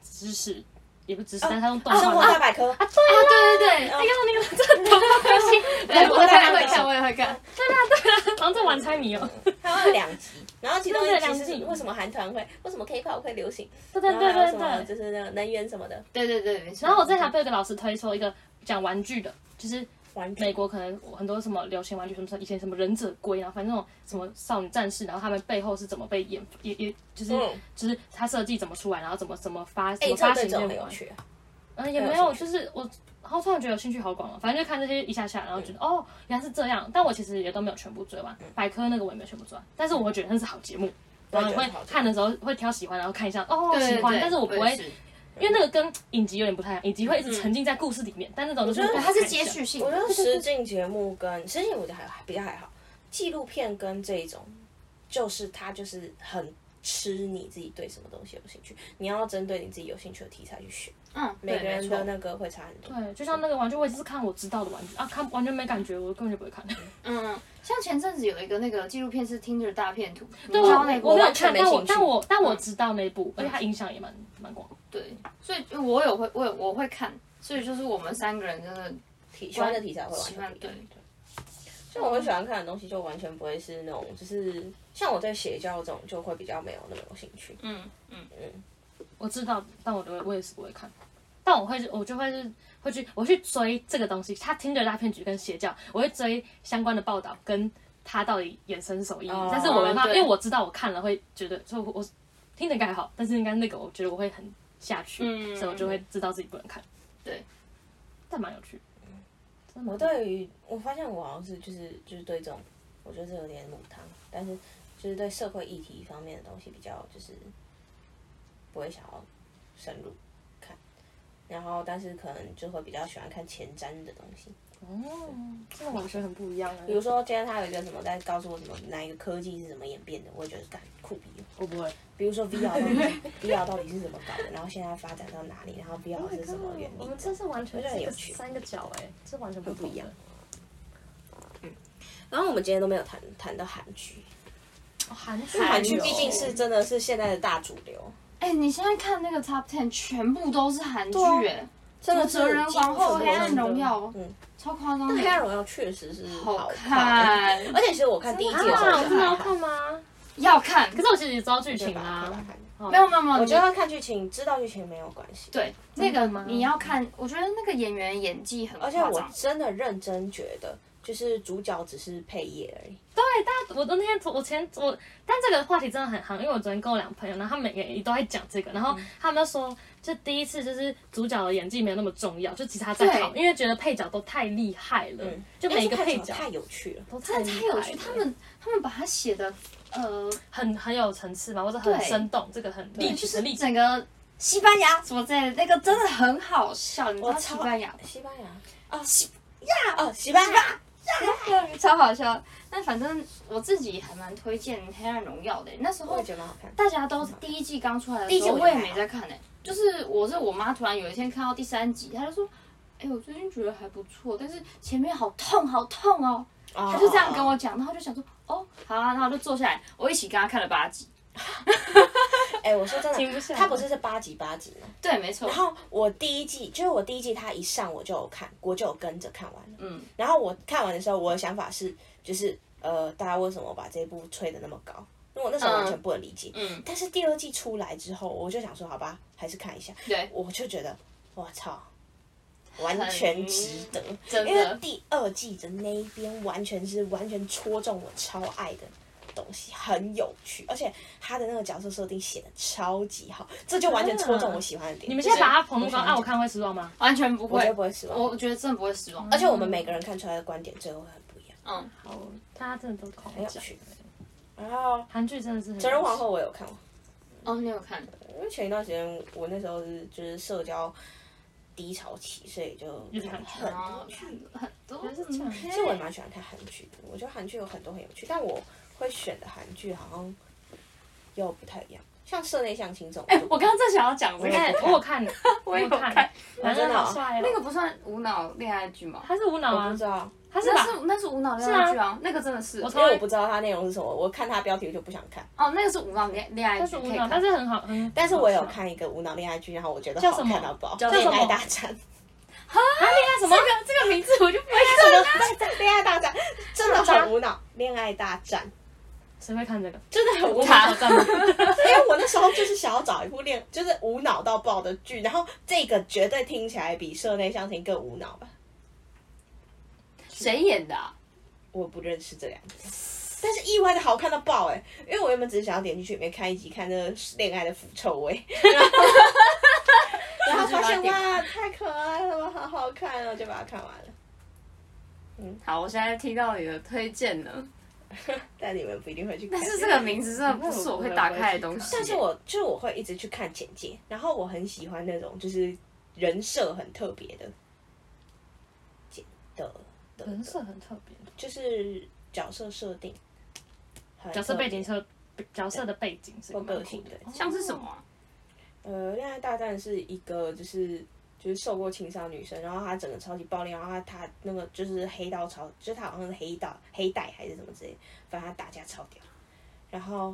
Speaker 3: 知识，也不是知
Speaker 2: 哦
Speaker 3: 识，但是它用动画
Speaker 2: 生活
Speaker 3: 来。
Speaker 2: 大百科，哦
Speaker 1: 啊，对对对，
Speaker 3: 那个哎那个，这动画开心，对，哎我看
Speaker 1: 我也
Speaker 3: 会
Speaker 1: 看，
Speaker 3: 看，
Speaker 1: 我也会看，
Speaker 3: 然后这玩猜 谜哦，
Speaker 2: 它有两集，然后其中
Speaker 3: 对
Speaker 2: 一
Speaker 3: 两
Speaker 2: 集
Speaker 3: 集
Speaker 2: 是为什么韩团会，为什么 K-pop 会流行，
Speaker 3: 对对
Speaker 2: 然后
Speaker 3: 对
Speaker 2: 还有
Speaker 3: 对
Speaker 2: 什么
Speaker 3: 对
Speaker 2: 就。是那个能源什么的，
Speaker 1: 对对对，没错。
Speaker 3: 然后我之前还被一个老师推说一个讲玩具的，就是
Speaker 2: 玩
Speaker 3: 美
Speaker 2: 具
Speaker 3: 国可能很多什么流行玩具，什么什么以前什么忍者龟，然啊后反正那种什么少女战士，然后他们背后是怎么被演，也也就是、
Speaker 2: 嗯
Speaker 3: 就是它设计怎么出来，然后怎么怎么发怎
Speaker 2: 哎，
Speaker 3: 么
Speaker 2: 这
Speaker 3: 发
Speaker 2: 对这
Speaker 3: 行这
Speaker 2: 种
Speaker 3: 种
Speaker 2: 很有
Speaker 3: 玩具
Speaker 2: 趣啊，
Speaker 3: 嗯，也没
Speaker 2: 很有
Speaker 3: 有，
Speaker 2: 兴趣
Speaker 3: 就是我，然后突然觉得有兴趣好广哦。反正就看这些一下下，然后觉得、哦，原来是这样。但我其实也都没有全部追完，百科那个我也没有全部追完，但是我会觉得那是好节目。然后你
Speaker 2: 嗯我也觉
Speaker 3: 会
Speaker 2: 得好节目
Speaker 3: 看的时候会挑喜欢，然后看一下哦
Speaker 1: 对对
Speaker 3: 喜欢
Speaker 1: 对，
Speaker 3: 但是我不
Speaker 1: 我
Speaker 3: 会
Speaker 1: 也是，
Speaker 3: 因为那个跟影集有点不太一样，影集会一直沉浸在故事里面，但那种就是
Speaker 2: 我觉得
Speaker 1: 它是
Speaker 3: 接
Speaker 1: 接续性
Speaker 2: 我觉
Speaker 1: 的，
Speaker 2: 得实境节目跟实境我觉得还还比较还好，纪录片跟这一种，就是它就是很吃你自己对什么东西有兴趣，你要针对你自己有兴趣的题材去选，
Speaker 1: 嗯，
Speaker 2: 每
Speaker 1: 对，
Speaker 2: 个人
Speaker 1: 没错
Speaker 2: 的那个会差很多。
Speaker 3: 对，就像那个玩具，我也是看我知道的玩具啊，看完全没感觉，我根本就不会看。
Speaker 1: 嗯，像前阵子有一个那个纪录片是 Tinder 大片图，对
Speaker 3: 对我
Speaker 1: 那部
Speaker 3: 我没有
Speaker 2: 完全
Speaker 3: 看，
Speaker 2: 没
Speaker 3: 但我
Speaker 2: 兴趣嗯
Speaker 3: 但我但我知道那一部，而且它影响也蛮蛮广。
Speaker 1: 对，所以我有会我有我会看，所以就是我们三个人真的
Speaker 2: 题喜欢的题材会完
Speaker 1: 喜
Speaker 2: 全
Speaker 1: 欢
Speaker 2: 不一
Speaker 1: 对
Speaker 2: 样。像我会喜欢看的东西，就完全不会是那种，就是像我对邪教这种就会比较没有那么有兴趣。
Speaker 1: 嗯嗯
Speaker 3: 我知道，但我都会我也是不会看，但我会是我就会是会去我去追这个东西，他听着大骗局跟邪教，我会追相关的报道跟他到底衍生什么意义，
Speaker 2: 哦
Speaker 3: 但是我没办法，因
Speaker 1: 对
Speaker 3: 为我知道我看了会觉得，就我听着应该还好，但是应该那个我觉得我会很下去，
Speaker 1: 嗯
Speaker 3: 所以我就会知道自己不能看，
Speaker 1: 对，
Speaker 3: 但蛮有趣。真的
Speaker 2: 我
Speaker 3: 蛮
Speaker 2: 对于我发现我好像是就是就是对这种，我觉得是有点母汤，但是就是对社会议题方面的东西比较就是不会想要深入看，然后但是可能就会比较喜欢看前瞻的东西，
Speaker 3: 嗯，这种我觉得很不一样啊。
Speaker 2: 比如说今天他有一个什么在告诉我什么哪一个科技是怎么演变的，我也觉得干酷毙了。
Speaker 3: 我不会，
Speaker 2: 比如说 VR 到底 VR 到底是怎么搞的，然后现在发展到哪里，然后 VR 是什么原
Speaker 3: Oh 我
Speaker 2: 理
Speaker 3: 们
Speaker 2: 这
Speaker 3: 这
Speaker 2: 样。
Speaker 3: 是完全
Speaker 2: 很
Speaker 3: 是一
Speaker 2: 有
Speaker 3: 个
Speaker 2: 趣
Speaker 3: 三个角哎、这完全不
Speaker 2: 不一样
Speaker 3: 同
Speaker 2: 然后我们今天都没有谈谈到韩剧，
Speaker 3: 哦韩剧，
Speaker 2: 韩剧毕竟是真的是现在的大主流，
Speaker 1: 哎、你现在看那个 Top Ten 全部都是韩剧、
Speaker 2: 对啊
Speaker 1: 哎、
Speaker 2: 真的
Speaker 1: 什么哲
Speaker 2: 是
Speaker 1: 人皇后、黑暗荣耀，
Speaker 2: 嗯
Speaker 1: 超夸张
Speaker 2: 但
Speaker 1: 的，
Speaker 2: 黑暗荣耀确实是
Speaker 1: 好
Speaker 2: 看，
Speaker 1: 看，
Speaker 2: 而且其实我看第一季的时
Speaker 3: 啊，
Speaker 2: 候
Speaker 3: 我
Speaker 2: 就
Speaker 3: 真的要
Speaker 2: 还好
Speaker 3: 看吗？
Speaker 1: 要看。
Speaker 3: 可是我其实也知道剧
Speaker 2: 就
Speaker 3: 情
Speaker 2: 把它看
Speaker 3: 啊
Speaker 2: 完，看
Speaker 1: 没有没有没有，
Speaker 2: 我
Speaker 1: 你
Speaker 2: 觉得看剧情知道剧情没有关系，
Speaker 1: 对那
Speaker 3: 真的
Speaker 1: 个
Speaker 3: 吗
Speaker 1: 你要看，我觉得那个演员演技很夸
Speaker 2: 而且我
Speaker 1: 张。
Speaker 2: 真的认真觉得，就是主角只是配乐而已。
Speaker 3: 对，大家，我那天我前我，但这个话题真的很夯，因为我昨天跟我两个朋友，然后他们每个都在讲这个，然后他们就说，就第一次就是主角的演技没有那么重要，就其他在好，
Speaker 1: 对
Speaker 3: 因为觉得配角都太厉害了，
Speaker 2: 嗯
Speaker 3: 就每一哎个配
Speaker 2: 因为这
Speaker 3: 角
Speaker 2: 太有趣了。
Speaker 3: 都太
Speaker 1: 真
Speaker 3: 厉
Speaker 1: 的
Speaker 3: 害
Speaker 1: 太有趣，
Speaker 3: 了
Speaker 1: 他们他们把它写的呃，
Speaker 3: 很很有层次嘛，或者很
Speaker 1: 对
Speaker 3: 生动，这个很立
Speaker 1: 就
Speaker 3: 体
Speaker 1: 是
Speaker 3: 很立体。
Speaker 1: 整个西班牙什么之类的，那个真的很好笑。你知道西班牙，
Speaker 2: 西班牙啊，西呀哦，西班 牙，
Speaker 1: 超好笑。但反正我自己还蛮推荐《黑暗荣耀》的，那时
Speaker 2: 我
Speaker 1: 候
Speaker 2: 也觉得蛮好看。
Speaker 1: 大家都是第一季刚出来的
Speaker 2: 第一
Speaker 1: 时
Speaker 2: 季
Speaker 1: 候，
Speaker 2: 我
Speaker 1: 我也
Speaker 2: 也还
Speaker 1: 没
Speaker 2: 好
Speaker 1: 在看呢、就是我是我妈突然有一天看到第三集，她就说：“哎、我最近觉得还不错，但是前面好痛，好痛哦。”
Speaker 2: 他
Speaker 1: 她就这样
Speaker 2: 哦
Speaker 1: 跟我，讲，然后我就想说：“哦，好啊。”然后我就坐下来，我一起跟她看了八集。
Speaker 2: 哎，我说真
Speaker 3: 停不
Speaker 2: 的，
Speaker 3: 下来
Speaker 2: 他不是是八集八集吗？
Speaker 1: 对，没错
Speaker 2: 然，后我第一季就是我第一季，他一上我就有看，我就有跟着看完了。
Speaker 1: 嗯，
Speaker 2: 然后我看完的时候，我的想法是，就是呃，大家为什么把这一部吹得那么高？因为我那时候完全不能理解。
Speaker 1: 嗯嗯
Speaker 2: 但是第二季出来之后，我就想说，好吧，还是看一下。
Speaker 1: 对，
Speaker 2: 我就觉得，我操，完全值得。
Speaker 1: 嗯真
Speaker 2: 因为
Speaker 1: 的。
Speaker 2: 第二季的那一边完全是完全戳中我超爱的东西，很有趣，而且他的那个角色设定写的超级好，这就完全戳
Speaker 1: 啊
Speaker 2: 中我喜欢的点。
Speaker 3: 你们现在把它捧那么高，
Speaker 2: 我想
Speaker 3: 啊，我看会失望吗？
Speaker 1: 完全不
Speaker 2: 我觉
Speaker 1: 会
Speaker 2: 得，不会失望，
Speaker 3: 哦
Speaker 2: 嗯
Speaker 1: 我觉得真的不会失望。
Speaker 2: 而且我
Speaker 3: 嗯
Speaker 2: 们每个人看出来的观点最后会很不一样，
Speaker 1: 嗯，
Speaker 3: 好，大家哦真的都狂
Speaker 2: 很有
Speaker 3: 讲。
Speaker 2: 趣。然后
Speaker 3: 韩剧真的是很有趣
Speaker 2: 《哲人皇后》我有看过，
Speaker 1: 哦，你有看？
Speaker 2: 因为前一段时间我那时候是就是社交低潮期，所以就看很多
Speaker 3: 啊
Speaker 1: 哦，
Speaker 2: 剧
Speaker 1: 看。很多
Speaker 3: 原来是这样
Speaker 1: 嗯
Speaker 2: 其实我也蛮喜欢看韩剧的，我觉得韩剧有很多很有趣，但我会选的韩剧好像又不太一样，像《室内相亲》这种。
Speaker 1: 哎、我刚刚正想要讲这
Speaker 2: 我
Speaker 1: 个，
Speaker 2: 也
Speaker 3: 哎，我有 看，我
Speaker 1: 也有
Speaker 3: 有看
Speaker 1: 看，
Speaker 3: 男
Speaker 2: 真
Speaker 3: 生
Speaker 2: 的哦
Speaker 3: 好帅哦。
Speaker 1: 那个不算无脑恋爱剧吗？
Speaker 3: 他是无脑
Speaker 2: 我不
Speaker 3: 啊
Speaker 2: 知，道，
Speaker 3: 他是
Speaker 1: 那
Speaker 3: 吧？
Speaker 1: 是那是无脑恋爱剧啊，那个真的是。
Speaker 3: 我
Speaker 2: 因
Speaker 3: 从
Speaker 2: 为我不知道它内容是什么，我看它标题我就不想看。
Speaker 1: 哦，那个是无脑恋恋爱
Speaker 3: 但
Speaker 1: 剧，
Speaker 3: 是无
Speaker 1: 可以
Speaker 3: 脑，
Speaker 1: 看
Speaker 3: 但是很好，很。
Speaker 2: 但是我有看一个无脑恋爱剧，然后我觉得
Speaker 3: 叫
Speaker 2: 好
Speaker 3: 什么
Speaker 2: 看到爆，
Speaker 3: 叫
Speaker 2: 恋
Speaker 3: 什
Speaker 2: 爱
Speaker 3: 么
Speaker 2: 大战》。
Speaker 1: 什么？这个这个名字我就不会
Speaker 3: 啊
Speaker 2: 什么大战？恋爱大战真的很无脑，恋爱大战
Speaker 3: 谁会看 这个？
Speaker 2: 真的很无
Speaker 3: 无
Speaker 2: 脑
Speaker 3: 脑。战吗？
Speaker 2: 因为我那时候就是想要找一部恋，就是无脑到爆的剧，然后这个绝对听起来比《社内相亲》更无脑吧。
Speaker 1: 谁演的、啊？
Speaker 2: 我不认识这两个，但是意外的好看到爆哎、因为我原本只是想要点进去里面看一集，看那个恋爱的腐臭味，然后然后发现哇，太可爱了，好好看哦，就把它看完了。
Speaker 1: 好，我现在听到你的推荐了，
Speaker 2: 但你们不一定会去看，
Speaker 1: 但是这个名字真的不是我会打开的东西。
Speaker 2: 但是我就是我会一直去看简介，然后我很喜欢那种就是人设很特别的，简的的
Speaker 3: 人设
Speaker 2: 的，
Speaker 3: 很特别，
Speaker 2: 就是角色设定，
Speaker 3: 角色背景设角色的背景是
Speaker 2: 或
Speaker 3: 蛮酷的
Speaker 2: 个性对
Speaker 3: 哦
Speaker 1: 像是什么啊、
Speaker 2: 呃，《恋爱大战》是一个就是就是受过情伤的女生，然后她整个超级暴力，然后她她那个就是黑道超，就是她好像是黑道黑带还是什么之类的，反正她打架超屌。然后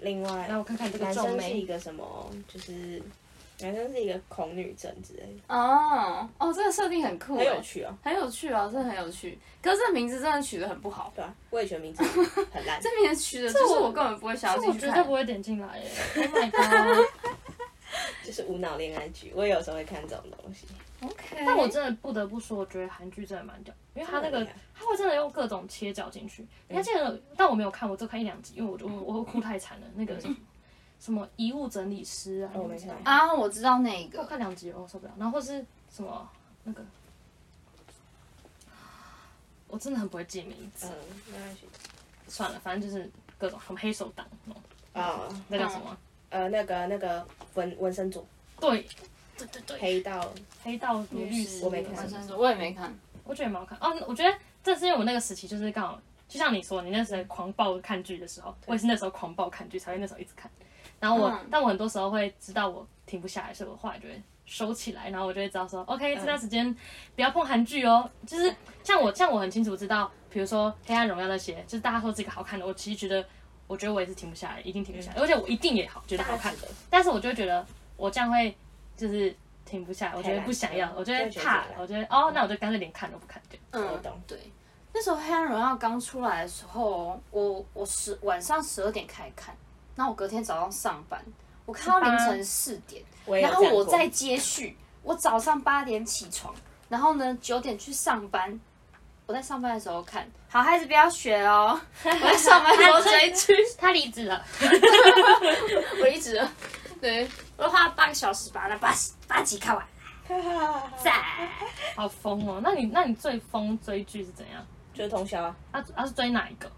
Speaker 2: 另外
Speaker 3: 来我看看这个
Speaker 2: 男
Speaker 3: 皱
Speaker 2: 生
Speaker 3: 眉
Speaker 2: 是一个什么，就是男生是一个恐女症之类的，
Speaker 1: 哦哦，这个设定很酷、
Speaker 2: 很有，趣哦。
Speaker 1: 很有趣啊，真的很有趣。可是这名字真的取得很不好，
Speaker 2: 对啊，我也觉得名字很烂。
Speaker 1: 这名字取的就是我根本不会想要
Speaker 3: 这我
Speaker 1: 进去
Speaker 3: 绝对
Speaker 1: 看
Speaker 3: 不。会点进来 耶！Oh my god！
Speaker 2: 就是无脑恋爱剧，我也有时候会看这种东西。
Speaker 1: OK，
Speaker 3: 但我真的不得不说，我觉得韩剧真的蛮屌，因为他那
Speaker 2: 真的
Speaker 3: 个
Speaker 2: 很厉害
Speaker 3: 他会真的用各种切角进去。
Speaker 2: 嗯
Speaker 3: 你看这个，但我没有看，我只看一两集，因为我就我我哭太惨了。那个什么什么遗物整理师啊，
Speaker 2: 嗯哦我没
Speaker 3: 你知道
Speaker 2: 看
Speaker 3: 吗
Speaker 1: 啊，我知道那
Speaker 3: 我
Speaker 1: 个，
Speaker 3: 看两集我受不了，然后或是什么那个，我真的很不会记名字
Speaker 2: 嗯，，恋爱剧
Speaker 3: 算了，反正就是各种什么黑手党那种，
Speaker 2: 啊、
Speaker 3: 那叫什么？
Speaker 2: 呃，那个那个纹纹身组
Speaker 3: 对对对对，
Speaker 2: 黑道
Speaker 3: 黑道什么律
Speaker 1: 律师
Speaker 3: 师，
Speaker 2: 我没看
Speaker 1: 纹身术我也没看，
Speaker 3: 我觉得也蛮好看哦。我觉得这是因为我们那个时期就是刚好，就像你说，你那时候狂暴看剧的时候，我也是那时候狂暴看剧，才会那时候一直看。然后我，
Speaker 1: 嗯
Speaker 3: 但我很多时候会知道我停不下来，所以我后来就会收起来，然后我就会知道说，OK，这段时间不要碰韩剧哦。就是像我，像我很清楚知道，比如说《黑暗荣耀》那些，就是大家说这个好看的，我其实觉得，我觉得我也是停不下来，一定停不下来，而且我一定也好觉得好看
Speaker 2: 大家值得
Speaker 3: 但是我就会觉得我这样会就是停不下来，我觉
Speaker 2: 太
Speaker 3: 得
Speaker 2: 懒
Speaker 3: 不想要
Speaker 2: 了，
Speaker 3: 我觉得
Speaker 2: 就觉得嗯
Speaker 3: 怕
Speaker 2: 自己，懒
Speaker 3: 我觉得哦，那我就干脆连看都不看这样。
Speaker 2: 我懂
Speaker 1: 嗯对，那时候《黑暗荣耀》刚出来的时候，我我十晚上十二点开看，那我隔天早上上班，我看到凌晨四点，
Speaker 2: 也有
Speaker 1: 然后
Speaker 2: 这样
Speaker 1: 我
Speaker 2: 过
Speaker 1: 再接续，我早上八点起床，然后呢九点去上班。我在上班的时候看，好孩子不要学 哦。我在上班的时候追剧，
Speaker 3: 他离职了，
Speaker 1: 我一直对，我都花了八个小时把那八八集看完，赞。
Speaker 3: 好疯哦！那你那你最疯追剧是怎样？
Speaker 2: 就是通宵啊。
Speaker 3: 他他是追哪一个？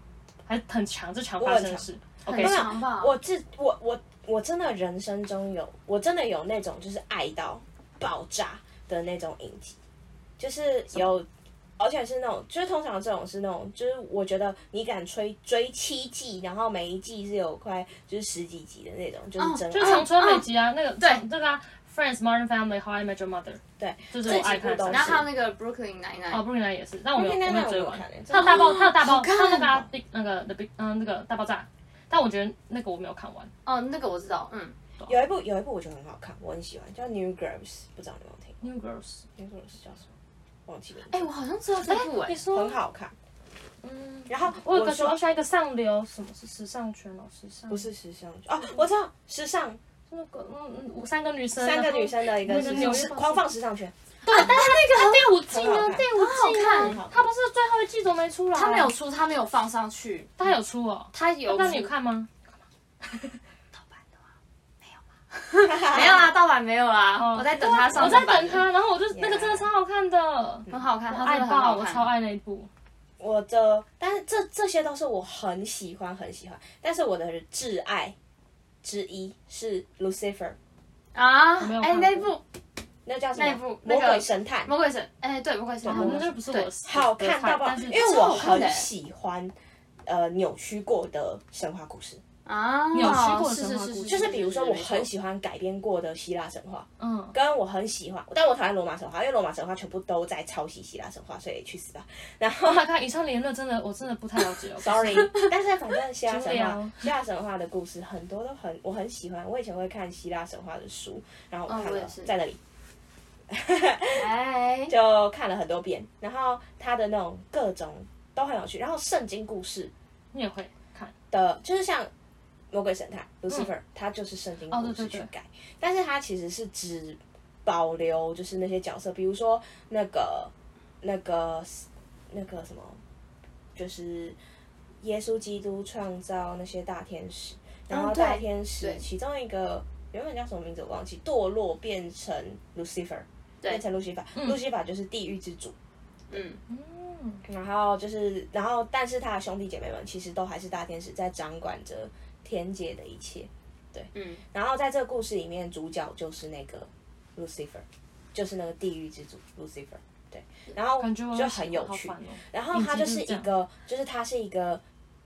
Speaker 3: 还是很强，最强
Speaker 2: 我
Speaker 3: 发
Speaker 2: 很
Speaker 3: 生的
Speaker 2: 强
Speaker 3: 事
Speaker 1: 很
Speaker 3: ？OK，
Speaker 2: 没有
Speaker 1: 强吧
Speaker 2: 我自我我我真的人生中有，我真的有那种就是爱到爆炸的那种影集，就是有，而且是那种，就是通常这种是那种，就是我觉得你敢追追七季，然后每一季是有快就是十几集的那种，就是
Speaker 1: 哦
Speaker 2: 真
Speaker 3: 就是
Speaker 2: 爱
Speaker 3: 长春美集
Speaker 2: 哦
Speaker 3: 啊，那个对那个啊，Friends、Modern Family、How I Met Your Mother，
Speaker 2: 对，
Speaker 3: 就是我
Speaker 2: 这
Speaker 3: 爱
Speaker 2: 几部
Speaker 3: 看
Speaker 2: 都
Speaker 3: 的。
Speaker 2: 是
Speaker 1: 然后还有那个 Brooklyn 奶奶，
Speaker 3: 哦，布鲁奈也是，但我没有
Speaker 2: Brooklyn
Speaker 3: 我没
Speaker 2: Nine-Nine
Speaker 3: 有追
Speaker 2: 我
Speaker 3: 完
Speaker 2: 没有看欸。
Speaker 3: 还有大爆，还有大
Speaker 1: 好
Speaker 3: 爆，
Speaker 1: 看
Speaker 3: 还有那个啊 Big 那个 The Big 嗯那个大爆炸，但我觉得那个我没有看完。
Speaker 1: 哦，那个我知道，嗯，
Speaker 2: 有一部有一部我觉得很好看，我很喜欢，叫 New Girls，不知道你有没
Speaker 3: New Girls，
Speaker 2: 有听？New Girls 叫什么？忘记名字。
Speaker 1: 哎、我好像知道这部哎、
Speaker 3: 你说
Speaker 2: 很，好看。
Speaker 3: 嗯，
Speaker 2: 然后
Speaker 3: 我有个
Speaker 2: 说
Speaker 3: 说下一个上流，什么是时尚圈哦？时尚
Speaker 2: 不是时尚哦，我知道时尚
Speaker 3: 那个嗯嗯，五三个女生，
Speaker 2: 三个
Speaker 3: 然后
Speaker 2: 女生的一个
Speaker 3: 那个
Speaker 2: 时
Speaker 3: 纽
Speaker 2: 尚
Speaker 3: 约
Speaker 2: 时
Speaker 3: 保
Speaker 2: 狂
Speaker 3: 时
Speaker 2: 放时尚圈，
Speaker 3: 对，
Speaker 1: 啊
Speaker 3: 啊但是那个第五季
Speaker 2: 很好
Speaker 3: 呢？
Speaker 2: 看
Speaker 3: 第五季
Speaker 1: 很
Speaker 2: 好看
Speaker 3: 呢？他不是最后一季都没出来？
Speaker 1: 他没有，出，他没有放上去，
Speaker 3: 他有出哦。
Speaker 1: 他有
Speaker 3: 那你有看吗？
Speaker 1: 盗版的吗？没有啊啦，盗版没有啦，
Speaker 3: 哦
Speaker 1: 我在等他上，
Speaker 3: 我在等，他，然后我就那个真的超好看的，
Speaker 2: 嗯
Speaker 1: 很好看，他真
Speaker 3: 爱
Speaker 1: 的很
Speaker 3: 爆，
Speaker 1: 好
Speaker 3: 我
Speaker 1: 看，
Speaker 3: 超爱那一部。
Speaker 2: 我的，但是这这些都是我很喜欢很喜欢，但是我的挚爱之一是 Lucifer，
Speaker 1: 啊！
Speaker 3: 没有
Speaker 1: 哎、
Speaker 3: 看过
Speaker 1: 那部
Speaker 2: 那叫什
Speaker 1: 那
Speaker 2: 么
Speaker 1: 部？那
Speaker 2: 魔
Speaker 1: 个
Speaker 2: 鬼神探
Speaker 1: 《魔，鬼神》哎、对，《魔鬼神》
Speaker 3: 好，那就啊不是我的
Speaker 1: 对
Speaker 2: 好看到爆，
Speaker 3: 但是
Speaker 2: 因为我
Speaker 1: 超好看的
Speaker 2: 很喜欢呃扭曲过的神话故事，
Speaker 1: 啊，
Speaker 3: 有吃过
Speaker 1: 是
Speaker 3: 神
Speaker 1: 是
Speaker 3: 话
Speaker 1: 是
Speaker 3: 故
Speaker 1: 是，
Speaker 3: 事
Speaker 2: 就是比如说我
Speaker 1: 是是
Speaker 2: 很喜欢改编过的希腊神话，
Speaker 3: 嗯，
Speaker 2: 跟我很喜欢，但我讨厌罗马神话，因为罗马神话全部都在抄袭希腊神话，所以去死吧。然后
Speaker 3: 我来看以上言论真的我真的不太了解 哦。
Speaker 2: Sorry，但是反正希腊神
Speaker 3: 无
Speaker 2: 话
Speaker 3: 聊，
Speaker 2: 希腊神话的故事很多都很我很喜欢。我以前会看希腊神话的书，然后我
Speaker 1: 哦
Speaker 2: 看
Speaker 1: 我
Speaker 2: 了、
Speaker 1: 也是
Speaker 2: 在那里
Speaker 1: 没错哎，
Speaker 2: 就看了很多遍，然后它的那种各种都很有趣。然后圣经故事
Speaker 3: 你也会看？
Speaker 2: 的，就是像魔鬼神探 Lucifer，、它就是圣经故
Speaker 3: 嗯哦对
Speaker 2: 事
Speaker 3: 对
Speaker 2: 去
Speaker 3: 对
Speaker 2: 改，但是它其实是只保留就是那些角色，比如说那个那个那个什么，就是耶稣基督创造那些大天使，然
Speaker 3: 哦
Speaker 2: 后
Speaker 1: 对
Speaker 2: 大天使
Speaker 1: 对
Speaker 2: 其中一个原本叫什么名字我忘记，堕落变成 Lucifer，
Speaker 1: 对
Speaker 2: 变成路西法，路西法就是地狱之主。
Speaker 1: 嗯，
Speaker 3: 嗯，
Speaker 2: 然后就是，然后但是他的兄弟姐妹们其实都还是大天使，在掌管着天界的一切。对，
Speaker 1: 嗯。
Speaker 2: 然后在这个故事里面，主角就是那个 Lucifer，就是那个地狱之主 Lucifer。对，然后
Speaker 3: 感觉我
Speaker 2: 就很有趣。
Speaker 3: 好烦哦
Speaker 2: 然后他就是
Speaker 3: 影集
Speaker 2: 一
Speaker 3: 就是这
Speaker 2: 个，就是他是一个，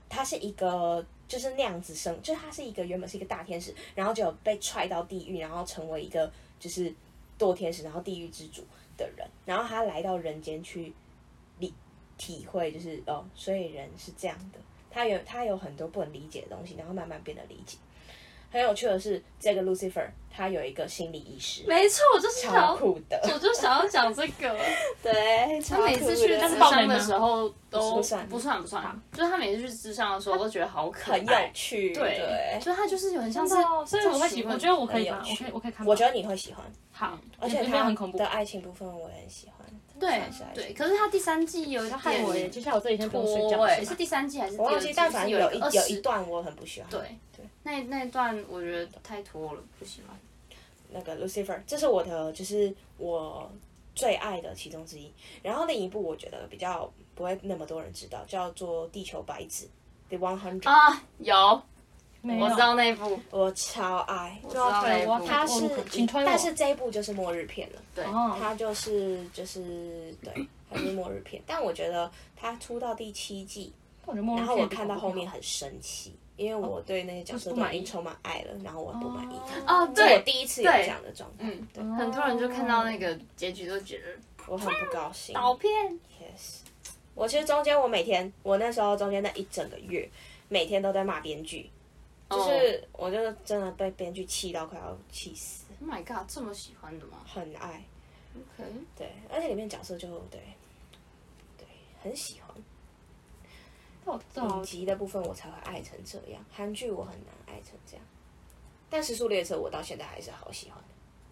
Speaker 2: 他是一个。就是那样子生，就是他是一个原本是一个大天使，然后就有被踹到地狱，然后成为一个就是堕天使，然后地狱之主的人，然后他来到人间去理体会，就是哦，所以人是这样的，他有他有很多不能理解的东西，然后慢慢变得理解。很有趣的是，这个 Lucifer 他有一个心理医师，
Speaker 1: 没错，我就是想
Speaker 2: 超
Speaker 1: 要，
Speaker 2: 酷的，
Speaker 1: 我就想要讲这个。
Speaker 2: 对，
Speaker 1: 他每次去
Speaker 3: 但是
Speaker 1: 智
Speaker 3: 爆
Speaker 1: 商
Speaker 3: 雷吗
Speaker 1: 的时候都
Speaker 2: 不算
Speaker 1: 不算不算，就是他每次去智商的时候，我都觉得好可
Speaker 2: 很
Speaker 1: 爱
Speaker 2: 有，趣，
Speaker 1: 对，就他就是有很像是
Speaker 3: 真的哦，所以我会喜欢，我觉得我可以
Speaker 2: 很
Speaker 3: 吧
Speaker 2: 有，
Speaker 3: 我
Speaker 2: 趣
Speaker 3: 可以，我可以看吧。
Speaker 2: 我觉得你会喜欢，
Speaker 3: 好，
Speaker 2: 嗯而且
Speaker 3: 你没有
Speaker 2: 他
Speaker 3: 很恐怖
Speaker 2: 的。爱情部分我也很喜欢。
Speaker 1: 对
Speaker 2: 算是爱情
Speaker 1: 对，可是他第三季有一点
Speaker 3: 害我耶！就像我这几天不用睡
Speaker 1: 多
Speaker 3: 觉
Speaker 1: 哎，
Speaker 3: 是
Speaker 1: 是
Speaker 3: 吧
Speaker 1: 第三季还是第
Speaker 2: 我
Speaker 1: 二
Speaker 2: 忘
Speaker 1: 季？
Speaker 2: 记，但反正有一
Speaker 1: 是
Speaker 2: 有一
Speaker 1: 20
Speaker 2: 段我很不喜欢。
Speaker 1: 对
Speaker 2: 对，
Speaker 1: 那那一段我觉得太拖了，不喜欢。
Speaker 2: 那个 Lucifer，这是我的，就是我最爱的其中之一。然后另一部我觉得比较不会那么多人知道，叫做《地球白纸》（The One Hundred），、
Speaker 1: 啊，有，
Speaker 3: 没
Speaker 1: 我知
Speaker 3: 有，
Speaker 1: 道那一部，
Speaker 2: 我超爱。
Speaker 1: 我知道那一
Speaker 3: 我
Speaker 1: 部，
Speaker 3: 要
Speaker 2: 它
Speaker 3: 看
Speaker 2: 是
Speaker 3: 我请推，我
Speaker 2: 但是这一部就是末日片了。
Speaker 1: 对
Speaker 3: 哦，
Speaker 2: 它就是就是对，还是末日片，但我觉得他出到第七季，
Speaker 3: 我觉得末日
Speaker 2: 然后
Speaker 3: 片
Speaker 2: 我
Speaker 3: 比
Speaker 2: 看到
Speaker 3: 恐
Speaker 2: 后
Speaker 3: 怖
Speaker 2: 面
Speaker 3: 片好
Speaker 2: 很生气，因为我对那些角色
Speaker 3: 不
Speaker 2: 都
Speaker 3: 满
Speaker 2: 已经
Speaker 3: 意
Speaker 2: 充满爱了，然后我很不满意。
Speaker 1: 哦，
Speaker 2: 这是我
Speaker 1: 对，
Speaker 2: 第一次有这样的状态，
Speaker 1: 嗯
Speaker 3: 哦
Speaker 2: 对
Speaker 1: 很多人就看到那个结局都觉得
Speaker 2: 我很不高兴。
Speaker 1: 刀片，
Speaker 2: Yes，我其实中间我每天，我那时候中间那一整个月，每天都在骂编剧，
Speaker 1: 哦
Speaker 2: 就是我就是真的被编剧气到快要气死，
Speaker 1: Oh my god，这么喜欢的吗
Speaker 2: 很爱。
Speaker 1: ？OK，
Speaker 2: 对，而且里面角色就对，对，很喜欢。
Speaker 3: 但我知道
Speaker 1: 哦
Speaker 2: 影集的部分我才会爱成这样，韩剧我很难爱成这样。但《时速列车》我到现在还是好喜欢，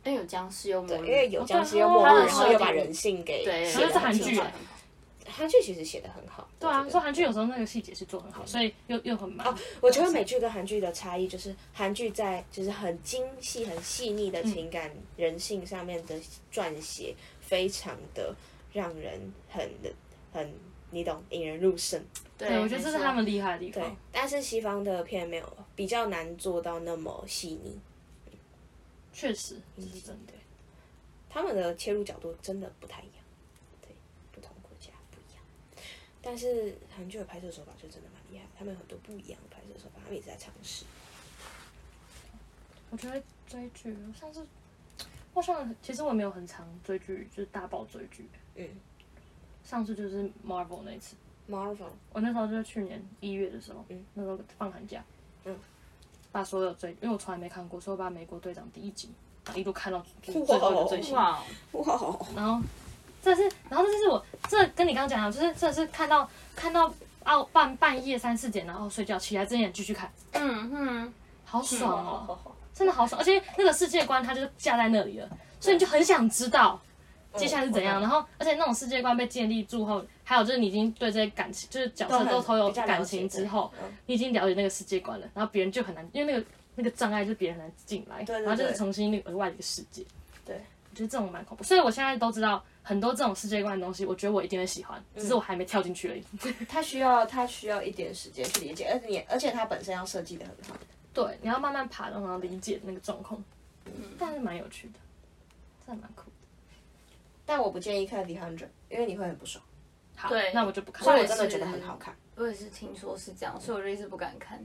Speaker 1: 因为哎有僵尸有
Speaker 2: 对
Speaker 1: 魔，
Speaker 2: 因为
Speaker 1: 力，
Speaker 2: 有僵尸又末
Speaker 1: 哦
Speaker 2: 日，
Speaker 1: 对
Speaker 2: 然后又把人性给
Speaker 1: 对，
Speaker 2: 写
Speaker 3: 像
Speaker 2: 得
Speaker 3: 是
Speaker 2: 很
Speaker 3: 韩剧
Speaker 2: 清楚
Speaker 3: 啊
Speaker 2: 韩剧其实写的很好，
Speaker 3: 对嗯啊，
Speaker 2: 我觉得
Speaker 3: 说韩剧有时候那个细节是做很好，所以又又很满。
Speaker 2: 哦，我觉得美剧跟韩剧的差异就是，韩剧在就是很精细、很细腻的
Speaker 3: 嗯
Speaker 2: 情感、人性上面的撰写，非常的让人很很，你懂，引人入胜。
Speaker 3: 对，我觉得这是他们
Speaker 1: 没错
Speaker 3: 厉害的地方。
Speaker 2: 但是西方的片没有比较难做到那么细腻，
Speaker 3: 确实，
Speaker 2: 嗯
Speaker 3: 这是真的
Speaker 2: 对。他们的切入角度真的不太一样，对，不同国家不一样。但是韩剧的拍摄手法就真的蛮厉害，他们有很多不一样的拍摄手法，他们一直在尝试。
Speaker 3: 我觉得追剧，我上次我上其实我没有很常追剧，就是大爆追剧。
Speaker 2: 嗯
Speaker 3: 上次就是 Marvel 那一次，
Speaker 2: ，Marvel
Speaker 3: 我那时候就是去年一月的时候，
Speaker 2: 嗯
Speaker 3: 那时候放寒假，
Speaker 2: 嗯，
Speaker 3: 把所有追，因为我从来没看过，所以我把美国队长第一集，然后一路看到就是
Speaker 2: 哇
Speaker 3: 最后的最新，
Speaker 1: 哇哦，
Speaker 2: 哇哦，
Speaker 3: 然后这是，然后这就是我这跟你刚刚讲的，就是这是看到看到哦半半夜三四点，然后睡觉起来睁眼继续看，
Speaker 1: 嗯哼，
Speaker 3: 好爽哦，
Speaker 2: 哦，
Speaker 3: 真的好爽，而且那个世界观它就架在那里了，所以你就很想知道接下来是怎样。
Speaker 2: 嗯
Speaker 3: 然后，而且那种世界观被建立住后，还有就是你已经对这些感情，就是角色
Speaker 2: 很
Speaker 3: 都投有
Speaker 2: 比较了解
Speaker 3: 感情之后
Speaker 2: 嗯，
Speaker 3: 你已经了解那个世界观了，然后别人就很难，因为那个那个障碍就是别人很难进来，
Speaker 2: 对对
Speaker 3: 然后就是
Speaker 2: 对
Speaker 3: 重新那个额外的一个世界。
Speaker 2: 对，
Speaker 3: 我觉得这种蛮恐怖，所以我现在都知道很多这种世界观的东西，我觉得我一定会喜欢，只是我还没跳进去而已。
Speaker 2: 他需要他需要一点时间去理解，而且你而且他本身要设计的很好。
Speaker 3: 对，你要慢慢爬，然后理解那个状况，
Speaker 2: 嗯
Speaker 3: 但是蛮有趣的，真的蛮酷的。
Speaker 2: 但我不建议看《The Hundred》，因为你会很不爽。
Speaker 3: 好，
Speaker 1: 对
Speaker 3: 那我就不看
Speaker 2: 所
Speaker 3: 了。
Speaker 2: 以我真的觉得很好看，
Speaker 1: 我也是听说是这样，所以我就一直不敢看。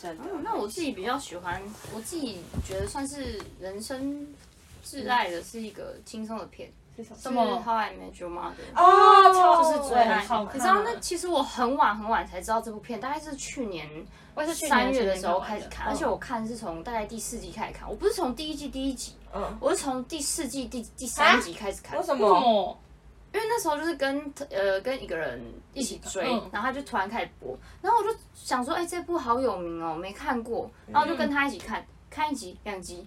Speaker 2: 真的。
Speaker 1: 那我自己比较喜欢，我自己觉得算是人生挚爱的是一个轻松的片，
Speaker 3: 什
Speaker 1: 是
Speaker 3: 么
Speaker 1: How I Met Your Mother。
Speaker 2: 哦，超
Speaker 1: 就是最爱
Speaker 3: 很好看哦
Speaker 1: 你知道那其实我很晚很晚才知道这部片，大概是去年
Speaker 3: 我也是去年
Speaker 1: 三月的时候开始看，
Speaker 3: 嗯
Speaker 1: 而且我看是从大概第四季开始看，我不是从第一季第一集，
Speaker 2: 嗯，
Speaker 1: 我是从第四季第第
Speaker 3: 啊
Speaker 1: 三集开始看。
Speaker 2: 为什
Speaker 3: 为什
Speaker 2: 么？
Speaker 3: 么？
Speaker 1: 因为那时候就是跟呃跟一个人一起追，
Speaker 3: 嗯
Speaker 1: 然后他就突然开始播，然后我就想说，哎、这部好有名哦，没看过，然后我就跟他一起看，看一集两集，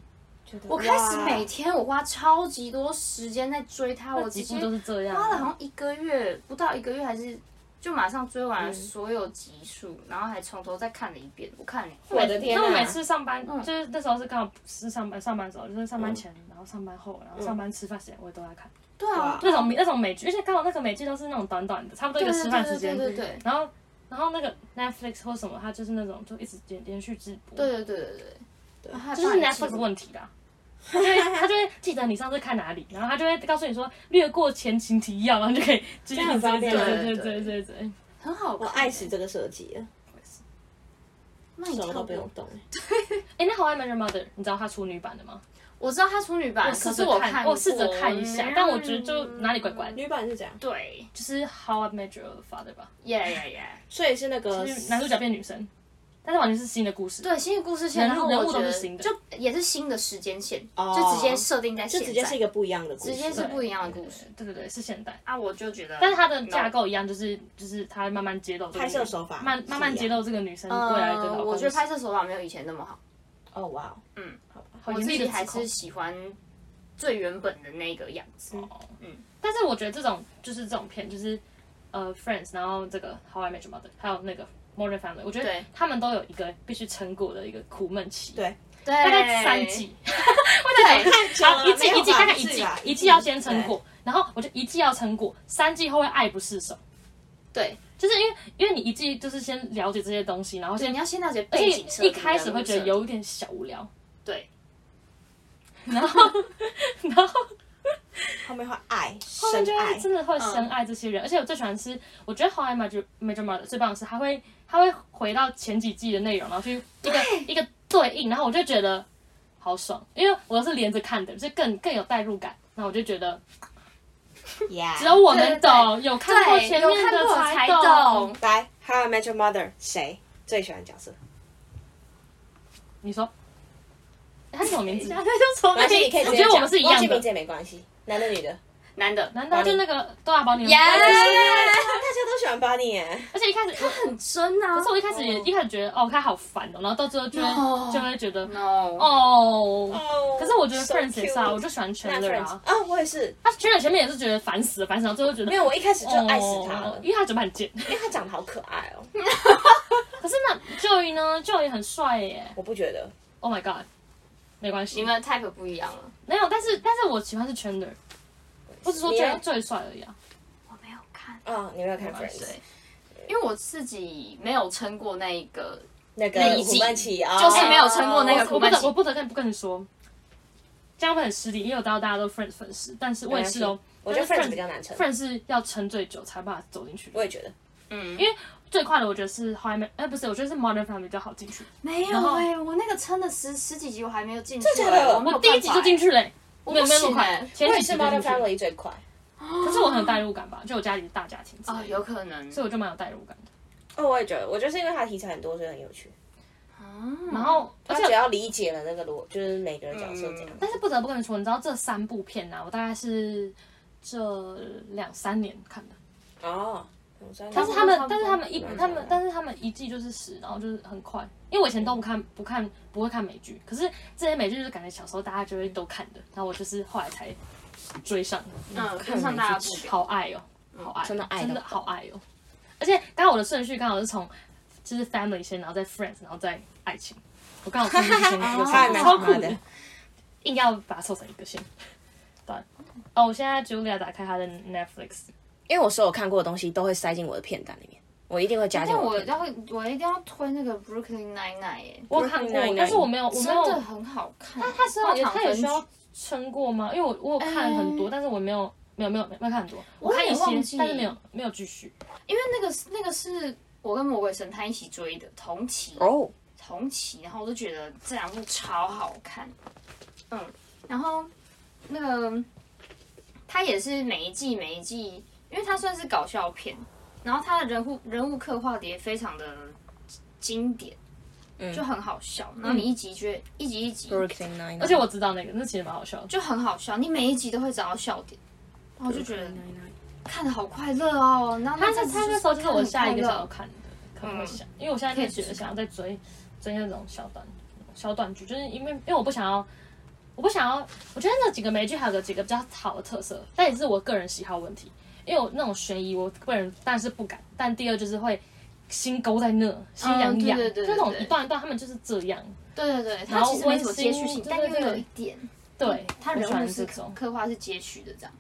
Speaker 1: 我开始每天我花超级多时间在追他，我
Speaker 3: 几
Speaker 1: 直
Speaker 3: 部
Speaker 1: 接
Speaker 3: 都是这样，
Speaker 1: 花了好像一个月不到一个月，还是就马上追完了所有集数，然后还从头再看了一遍，我看了一遍
Speaker 2: 我的天啊嗯
Speaker 3: 那我每
Speaker 2: 哪！
Speaker 3: 次上班，就是那时候是刚好是上班，上班的时候就是上班前，
Speaker 2: 嗯
Speaker 3: 然后上班后，然后上班吃饭时间，我也都在看
Speaker 1: 对啊，
Speaker 3: 那种美那种美剧，而且刚好那个美剧都是那种短短的，差不多一
Speaker 1: 对
Speaker 3: 个
Speaker 1: 对
Speaker 3: 吃
Speaker 1: 对啊
Speaker 3: 饭时间。
Speaker 1: 对对对
Speaker 3: 然后然后那个 Netflix 或什么，它就是那种就一直连连续直播，
Speaker 1: 对对对对对对，然后还
Speaker 3: 就是
Speaker 1: 帮你记
Speaker 3: Netflix 的问题啦。他就会 他就会记得你上次看哪里，然后他就会告诉你说略过前情提要，然后你就可以继
Speaker 2: 这
Speaker 3: 续
Speaker 2: 样很方便
Speaker 3: 对
Speaker 1: 对
Speaker 3: 对对对对。
Speaker 1: 很好
Speaker 2: 我
Speaker 1: 看，
Speaker 2: 爱死这个设计了，
Speaker 1: 那你
Speaker 2: 什么
Speaker 1: 跳
Speaker 2: 都
Speaker 1: 不
Speaker 2: 不用动。
Speaker 3: 哎，那《How I Met Your Mother》，你知道它处女版的吗？
Speaker 1: 我知道他处女版，可
Speaker 3: 试
Speaker 1: 是
Speaker 3: 着
Speaker 1: 我
Speaker 3: 看，
Speaker 1: 过嗯
Speaker 3: 我试着看一下，但我觉得就哪里怪怪的。
Speaker 2: 女版是这样，
Speaker 1: 对，
Speaker 3: 就是《How I Met Your Father》吧，
Speaker 1: 耶耶耶，
Speaker 2: 所以是那个
Speaker 3: 就是男主角变女生，但是完全是新的故事。
Speaker 1: 对，新的故事线，然
Speaker 3: 人物
Speaker 1: 后
Speaker 3: 人
Speaker 1: 我
Speaker 3: 物
Speaker 1: 觉
Speaker 3: 都是
Speaker 1: 得
Speaker 3: 新的
Speaker 1: 就也是新的时间线，
Speaker 2: 哦
Speaker 1: 就直接设定在现在，
Speaker 2: 就直接是一个不一样的故事，
Speaker 1: 直接是不一样的故事
Speaker 3: 对对对，是现代，
Speaker 1: 啊，我就觉得，
Speaker 3: 但是它的架构一样，就是就是它慢慢揭露这个
Speaker 2: 拍摄
Speaker 3: 女
Speaker 2: 手法
Speaker 3: 慢慢慢
Speaker 2: 是一
Speaker 3: 揭
Speaker 2: 样
Speaker 3: 露这个女生未来的老
Speaker 1: 呃，
Speaker 3: 公。
Speaker 1: 我觉得拍摄手法没有以前那么好，
Speaker 2: 哦，哇哦，
Speaker 3: 嗯好
Speaker 1: 我
Speaker 3: 严
Speaker 1: 自
Speaker 3: 厉
Speaker 1: 己
Speaker 3: 的
Speaker 1: 还
Speaker 3: 指控
Speaker 1: 是喜欢最原本的那个样子。
Speaker 3: 但是我觉得这种就是这种片，就是呃《Friends》，然后这个《How I Met Your Mother》，还有那个《Modern Family》，我觉得
Speaker 1: 对
Speaker 3: 他们都有一个必须撑过的一个苦闷期，
Speaker 2: 对
Speaker 1: 对，
Speaker 3: 大概三，季，啊
Speaker 2: 太久了
Speaker 3: 一
Speaker 2: 没
Speaker 3: 季
Speaker 2: 有
Speaker 3: 一季
Speaker 2: 吧
Speaker 3: 大概一
Speaker 2: 不是
Speaker 3: 季
Speaker 2: 啦，
Speaker 3: 一季要先撑过，然后我就一季要撑过，三季后会爱不释手，
Speaker 1: 对，
Speaker 3: 就是因为因为你一季就是先了解这些东西，然后
Speaker 1: 对，
Speaker 3: 先
Speaker 1: 你要先了解
Speaker 3: 而
Speaker 1: 背景设
Speaker 3: 且
Speaker 1: 定
Speaker 3: 一开始会觉
Speaker 1: 人物设定
Speaker 3: 得有一点小无聊，
Speaker 1: 对，
Speaker 3: 然后然后
Speaker 2: 后面会爱，
Speaker 3: 后面
Speaker 2: 深
Speaker 3: 就
Speaker 2: 爱
Speaker 3: 会，真的
Speaker 1: 嗯
Speaker 3: 会深爱这些人，而且我最喜欢吃，我觉得《How I Met Your Met Your Mother》最棒的是，他会他会回到前几季的内容，然后去一个一个对应，然后我就觉得好爽，因为我是连着看的，就更更有代入感。那我就觉得
Speaker 2: 呀
Speaker 3: 只有我们
Speaker 1: 啊对对
Speaker 3: 懂，有看过前
Speaker 1: 有
Speaker 3: 面
Speaker 1: 看
Speaker 3: 的
Speaker 1: 过才
Speaker 3: 懂。。
Speaker 2: 来，《How I Met Your Mother》谁最喜欢角色？
Speaker 3: 哦你说，欸他是什么名字？
Speaker 1: 那啊就从
Speaker 2: 而且你可以直接
Speaker 3: 我觉得我们
Speaker 2: 讲，
Speaker 3: 是一样
Speaker 2: 忘记
Speaker 3: 的
Speaker 2: 名字也没关系，男的女 的，
Speaker 1: 男的，
Speaker 3: 难道就那个豆芽保你？
Speaker 1: 耶，
Speaker 2: 大家都喜欢 Bonnie 耶。
Speaker 3: 而且一开始他很
Speaker 1: 很真啊
Speaker 3: 可是我一开始也、一开始觉得哦他好烦哦，然后到最后就会、
Speaker 1: No
Speaker 3: 就会觉得哦。
Speaker 1: ，no，
Speaker 2: 可
Speaker 3: 嗯
Speaker 2: ，Oh，
Speaker 3: 可是我觉得 Friends 也是啊，我就喜欢 Chandler 啊。
Speaker 2: 啊，我也是，
Speaker 3: 他 Chandler 前面也是觉得烦死了，烦死了，最后觉得
Speaker 2: 没有，我一开始就爱死他了
Speaker 3: 哦，因为他嘴巴很贱。
Speaker 2: 因为他长得好可爱哦。
Speaker 3: 可是那 Joey 呢？Joey 很帅耶
Speaker 2: 我不觉得，
Speaker 3: ！Oh my god，没关系，
Speaker 1: 你们的 type 不一样了。
Speaker 3: 没有，但是但是我喜欢是 Chandler，我只说
Speaker 2: 你
Speaker 3: Joey
Speaker 2: 呢
Speaker 3: 最帅而已啊。
Speaker 1: 我没有看，
Speaker 3: 呃
Speaker 2: 嗯，你没有看
Speaker 3: 关系
Speaker 2: Friends
Speaker 1: 因为我自己没有撑过那一个，
Speaker 2: 那个
Speaker 1: 那一季
Speaker 2: 虎曼奇啊，
Speaker 1: 就是没有撑过那个
Speaker 2: 哦
Speaker 1: 苦
Speaker 3: 我不
Speaker 1: 闷
Speaker 3: 得
Speaker 1: 期
Speaker 3: 我不得跟不跟你说，这样会很失礼，因为我知道大家都 Friends 粉丝，但是我也是哦。
Speaker 2: 我觉得
Speaker 3: 但是
Speaker 2: Friends 比较难撑，
Speaker 3: Friends 是要撑最久才把它走进去的
Speaker 2: 我。也觉得。
Speaker 1: 嗯，
Speaker 3: 因为最快的我觉得是 How I Met，哎不是，我觉得是 Modern Family 比较好进去。
Speaker 1: 没
Speaker 3: 然后
Speaker 1: 哎，我那个撑了十十几集，我还没有进去
Speaker 2: 真的假的
Speaker 1: 哎，没有
Speaker 3: 我第一集就进
Speaker 1: 去，
Speaker 3: 去了欸，
Speaker 1: 我
Speaker 3: 我没有
Speaker 1: 不
Speaker 3: 没有那么
Speaker 1: 行
Speaker 3: 快
Speaker 1: 欸，
Speaker 3: 前
Speaker 2: 我
Speaker 3: 几
Speaker 2: 也是
Speaker 3: 集就进
Speaker 2: Modern
Speaker 3: 去了。
Speaker 2: Family 最快，
Speaker 3: 可是我很有代入感吧，就我家里是大家庭之
Speaker 1: 啊，
Speaker 3: 类的
Speaker 1: 有可能
Speaker 3: 欸所以我就蛮有代入感的。
Speaker 2: 哦，我也觉得，我就是因为他的题材很多，所以很有趣。
Speaker 1: 然
Speaker 3: 然后，而
Speaker 2: 他只
Speaker 3: 且，
Speaker 2: 要理解了那个逻，就是每个人角色怎样。
Speaker 3: 但是不得不跟你说，你知道这三部片啊，我大概是这两三年看的。
Speaker 2: 哦，
Speaker 3: 但
Speaker 2: 但
Speaker 3: 是他们，但是
Speaker 1: 差
Speaker 3: 他
Speaker 1: 不多
Speaker 3: 们一
Speaker 2: 差不，多
Speaker 3: 他们，但是他们一季就是十，然后就是很快。因为我以前都不看，不看，不会看美剧，可是这些美剧就是感觉小时候大家就会都看的，然后我就是后来才追上的。
Speaker 1: 嗯，
Speaker 2: 看
Speaker 1: 跟上大家步调，
Speaker 3: 好爱哦，好爱，
Speaker 2: 真的爱到
Speaker 3: 真的好爱哦。而且刚刚我的顺序刚好是从就是 family 先，然后再 friends，然后再爱情。我刚好顺序 是先
Speaker 2: 哦
Speaker 3: 这个
Speaker 1: 太
Speaker 3: 顺序
Speaker 1: 难
Speaker 3: 超酷
Speaker 2: 了
Speaker 3: 的，硬要把它凑成一个线。对，哦，我现在 Julia 打开她的 Netflix，
Speaker 2: 因为我所有看过的东西都会塞进我的片单里面，我一定会加进
Speaker 1: 但
Speaker 2: 我
Speaker 1: 我
Speaker 2: 的片单。
Speaker 1: 要我一定要推那个 Brooklyn Nine Nine 哎，
Speaker 3: 我有看过
Speaker 2: Brooklyn Nine-Nine，
Speaker 3: 但是我没有，我
Speaker 1: 真
Speaker 3: 没有。
Speaker 1: 的很好看。那
Speaker 3: 它是要它有需
Speaker 1: 时候
Speaker 3: 要撑过吗？因为我我有看很多，但是我没有没有没有没有看很多，我看
Speaker 1: 也
Speaker 3: 一
Speaker 1: 忘
Speaker 3: 些，
Speaker 1: 记
Speaker 3: 但是没有没有继续。
Speaker 1: 因为那个是那个是我跟魔鬼神探一起追的同期
Speaker 2: 哦，
Speaker 1: 同期，然后我就觉得这两部超好看，嗯，然后那个它也是每一季每一季，因为它算是搞笑片，然后它的人物人物刻画的也非常的经典，
Speaker 3: 嗯
Speaker 1: 就很好笑，然后你一集觉得、一集一集
Speaker 2: Brooklyn Nine，
Speaker 3: 而且我知道那个，那其实蛮好笑的。
Speaker 1: 就很好笑，你每一集都会找到笑点，然后我就觉得看的好快乐哦，然后
Speaker 3: 他是他那时候就是我下一个想要
Speaker 1: 小
Speaker 3: 看的，可能会想，因为我现在开始想要再追追那种小短小短剧，就是因为因为我不想要，我不想要，我觉得那几个美剧还有个几个比较好的特色，但也是我个人喜好问题，因为我那种悬疑我个人但是不敢，但第二就是会。心勾在那，心痒痒，
Speaker 1: 对对对对
Speaker 3: 那种
Speaker 1: 对
Speaker 3: 一段一段，他们就是这样。
Speaker 1: 对对对，它
Speaker 3: 然后
Speaker 1: 其实没什么
Speaker 3: 温
Speaker 1: 接
Speaker 3: 馨
Speaker 1: 续性，但
Speaker 3: 对
Speaker 1: 又
Speaker 3: 对对
Speaker 1: 有一点，
Speaker 3: 对，
Speaker 1: 它
Speaker 3: 我喜
Speaker 1: 人
Speaker 3: 欢
Speaker 1: 物是
Speaker 3: 这种。
Speaker 1: 刻画是接续的这样。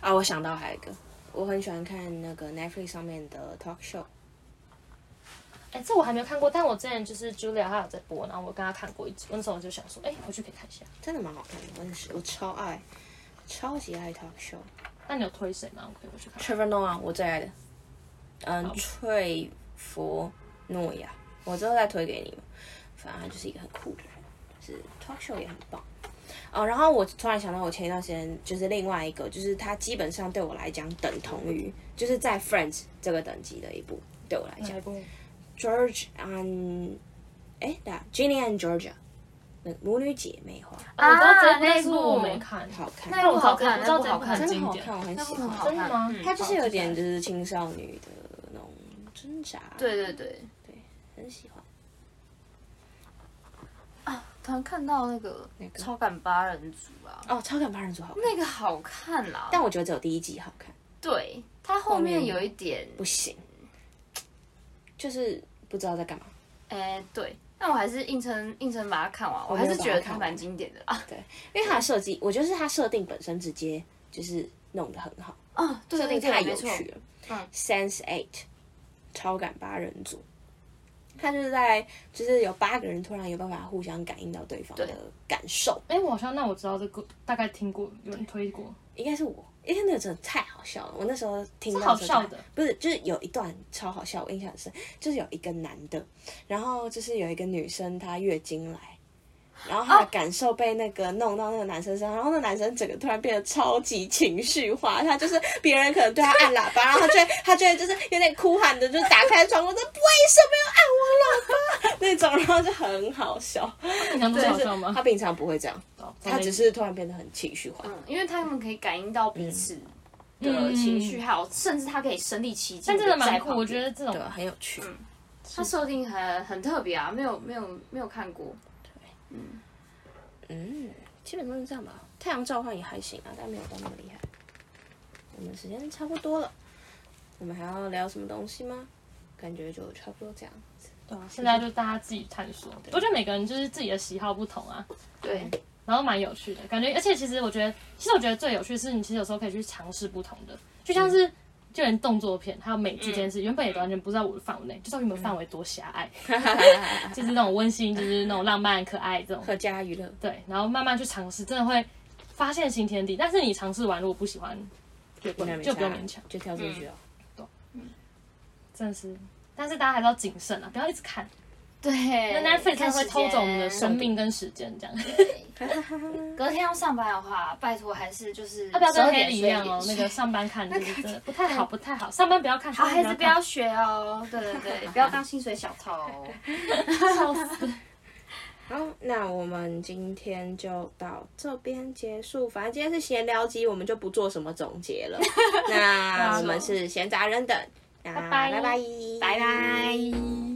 Speaker 2: 啊，我想到还有一个，我很喜欢看那个 Netflix 上面的 talk show，
Speaker 3: 哎、这我还没有看过，但我之前就是 Julia 她有在播，然后我跟她看过一集，那时候我就想说，哎、回去可以看一下。
Speaker 2: 真的蛮好看的，我也是，我超爱，超级爱 talk show。
Speaker 3: 那你有推谁吗？我可以回去看。
Speaker 2: Trevor Noah 我最爱的，嗯，翠佛诺亚，我之后再推给你们。反正他就是一个很酷的人，就是 talk show 也很棒。哦，然后我突然想到，我前一段时间就是另外一个，就是它基本上对我来讲等同于，就是在 Friends 这个等级的一部，对我来讲
Speaker 3: 哪一部？
Speaker 2: ，George and 哎，对啊，Ginny and Georgia，那个母女姐妹花，
Speaker 3: 我知道这
Speaker 1: 那
Speaker 3: 一部，但是
Speaker 1: 一部
Speaker 3: 我没看。
Speaker 2: 好看，
Speaker 1: 那部好看，
Speaker 3: 我
Speaker 1: 那
Speaker 3: 知道
Speaker 1: 部
Speaker 3: 这
Speaker 1: 好
Speaker 3: 部
Speaker 1: 看，
Speaker 2: 真
Speaker 3: 很
Speaker 2: 的
Speaker 3: 经
Speaker 2: 好
Speaker 3: 典
Speaker 2: 看，我很
Speaker 1: 那
Speaker 2: 喜
Speaker 1: 部很
Speaker 2: 欢
Speaker 1: 好。
Speaker 3: 真的吗
Speaker 1: 看，嗯
Speaker 2: 它就是有
Speaker 3: 好
Speaker 2: 点
Speaker 3: 看
Speaker 2: 就是青少女的那种挣扎，
Speaker 1: 对对对
Speaker 2: 很喜欢。
Speaker 1: 啊！突然看到那个超感八人组啊，
Speaker 2: 哦，超感八人组好看，
Speaker 1: 那个好看啊啦，
Speaker 2: 但我觉得只有第一集好看，
Speaker 1: 对它后面有一点，
Speaker 2: 不行，就是不知道在干嘛。
Speaker 1: 哎，对，但我还是硬撑硬撑把它看完，我
Speaker 2: 没
Speaker 1: 还
Speaker 2: 有
Speaker 1: 是觉得
Speaker 2: 把它看
Speaker 1: 它
Speaker 2: 完
Speaker 1: 蛮经典的啦。
Speaker 2: 对，因为它的设计，我觉得是它设定本身直接就是弄得很好，
Speaker 1: 啊，对
Speaker 2: 设
Speaker 1: 对
Speaker 2: 定
Speaker 1: 对，
Speaker 2: 太
Speaker 1: 没
Speaker 2: 有
Speaker 1: 错，
Speaker 2: 趣了。
Speaker 1: 嗯
Speaker 2: ，Sense Eight，超感八人组，他就是在就是有八个人突然有办法互相感应到对方的
Speaker 1: 对
Speaker 2: 感受，
Speaker 3: 哎、我好像那我知道这个，大概听过有人推过，
Speaker 2: 应该是我。因为那个真的太好笑了，我那时候听到
Speaker 3: 是好
Speaker 2: 时候
Speaker 3: 笑的
Speaker 2: 不是就是有一段超好笑，我印象很深，就是有一个男的，然后就是有一个女生她月经来，然后
Speaker 3: 哦
Speaker 2: 她的感受被那个弄到那个男生身上，然后那男生整个突然变得超级情绪化，他就是别人可能对他按喇叭，然后他就会他就会就是有点哭喊的，就是打开窗户说为什么要按我喇叭那种，然后就很好笑，
Speaker 3: 你想这么
Speaker 2: 但
Speaker 3: 好
Speaker 2: 是
Speaker 3: 笑吗
Speaker 2: 他？平常不会这样，他只是突然变得很情绪化。
Speaker 1: 嗯，因为他们可以感应到彼此的情绪，
Speaker 3: 嗯
Speaker 1: 还有甚至他可以身临其境。
Speaker 3: 但真的蛮
Speaker 1: 在
Speaker 3: 酷，
Speaker 1: 旁
Speaker 3: 我
Speaker 1: 边
Speaker 3: 觉得这种
Speaker 2: 对啊，很有趣。
Speaker 1: 它设定很很特别啊，没有没有没有看过。
Speaker 2: 嗯，基本上是这样吧。太阳召唤也还行啊，但没有到那么厉害。我们时间差不多了，我们还要聊什么东西吗？感觉就差不多 这样子。
Speaker 3: 现在就大家自己探索。我觉得每个人就是自己的喜好不同啊，
Speaker 1: 对，
Speaker 3: 然后蛮有趣的感觉。而且其实我觉得，其实我觉得最有趣是你其实有时候可以去尝试不同的，就像是。就连动作片还有美剧这件事，原本也完全不知道我的范围内，就知道原本范围多狭隘， 就是那种温馨，就是那种浪漫、可爱这种。
Speaker 2: 合家娱乐，
Speaker 3: 对，然后慢慢去尝试，真的会发现新天地。但是你尝试完，如果不喜欢，就不
Speaker 2: 应该
Speaker 3: 能
Speaker 2: 没
Speaker 3: 就不用
Speaker 2: 差
Speaker 3: 勉强，嗯
Speaker 2: 就跳进去哦。
Speaker 3: 真的是。但是大家还是要谨慎啊，不要一直看，
Speaker 1: 对，
Speaker 3: 那
Speaker 1: 那
Speaker 3: Netflix 真的会偷走我们的生命跟时间，这样。
Speaker 1: 隔天要上班的话，拜托还是就是
Speaker 3: 要不要跟
Speaker 1: 12
Speaker 3: 黑
Speaker 1: 点
Speaker 3: 里一
Speaker 1: 睡
Speaker 3: 样哦
Speaker 1: 点？
Speaker 3: 那
Speaker 1: 睡
Speaker 3: 个上班看就是真的不太好，不太好。上班不要 看，
Speaker 1: 好孩
Speaker 3: 上
Speaker 1: 子
Speaker 3: 班
Speaker 1: 不要
Speaker 3: 看
Speaker 1: 学哦，对对对， 不要当薪水小偷。
Speaker 3: 笑死。
Speaker 2: 好，那我们今天就到这边结束。反正今天是闲聊机，我们就不做什么总结 了。那我们是闲杂人等，那
Speaker 3: 拜
Speaker 2: 拜拜，
Speaker 1: 拜拜。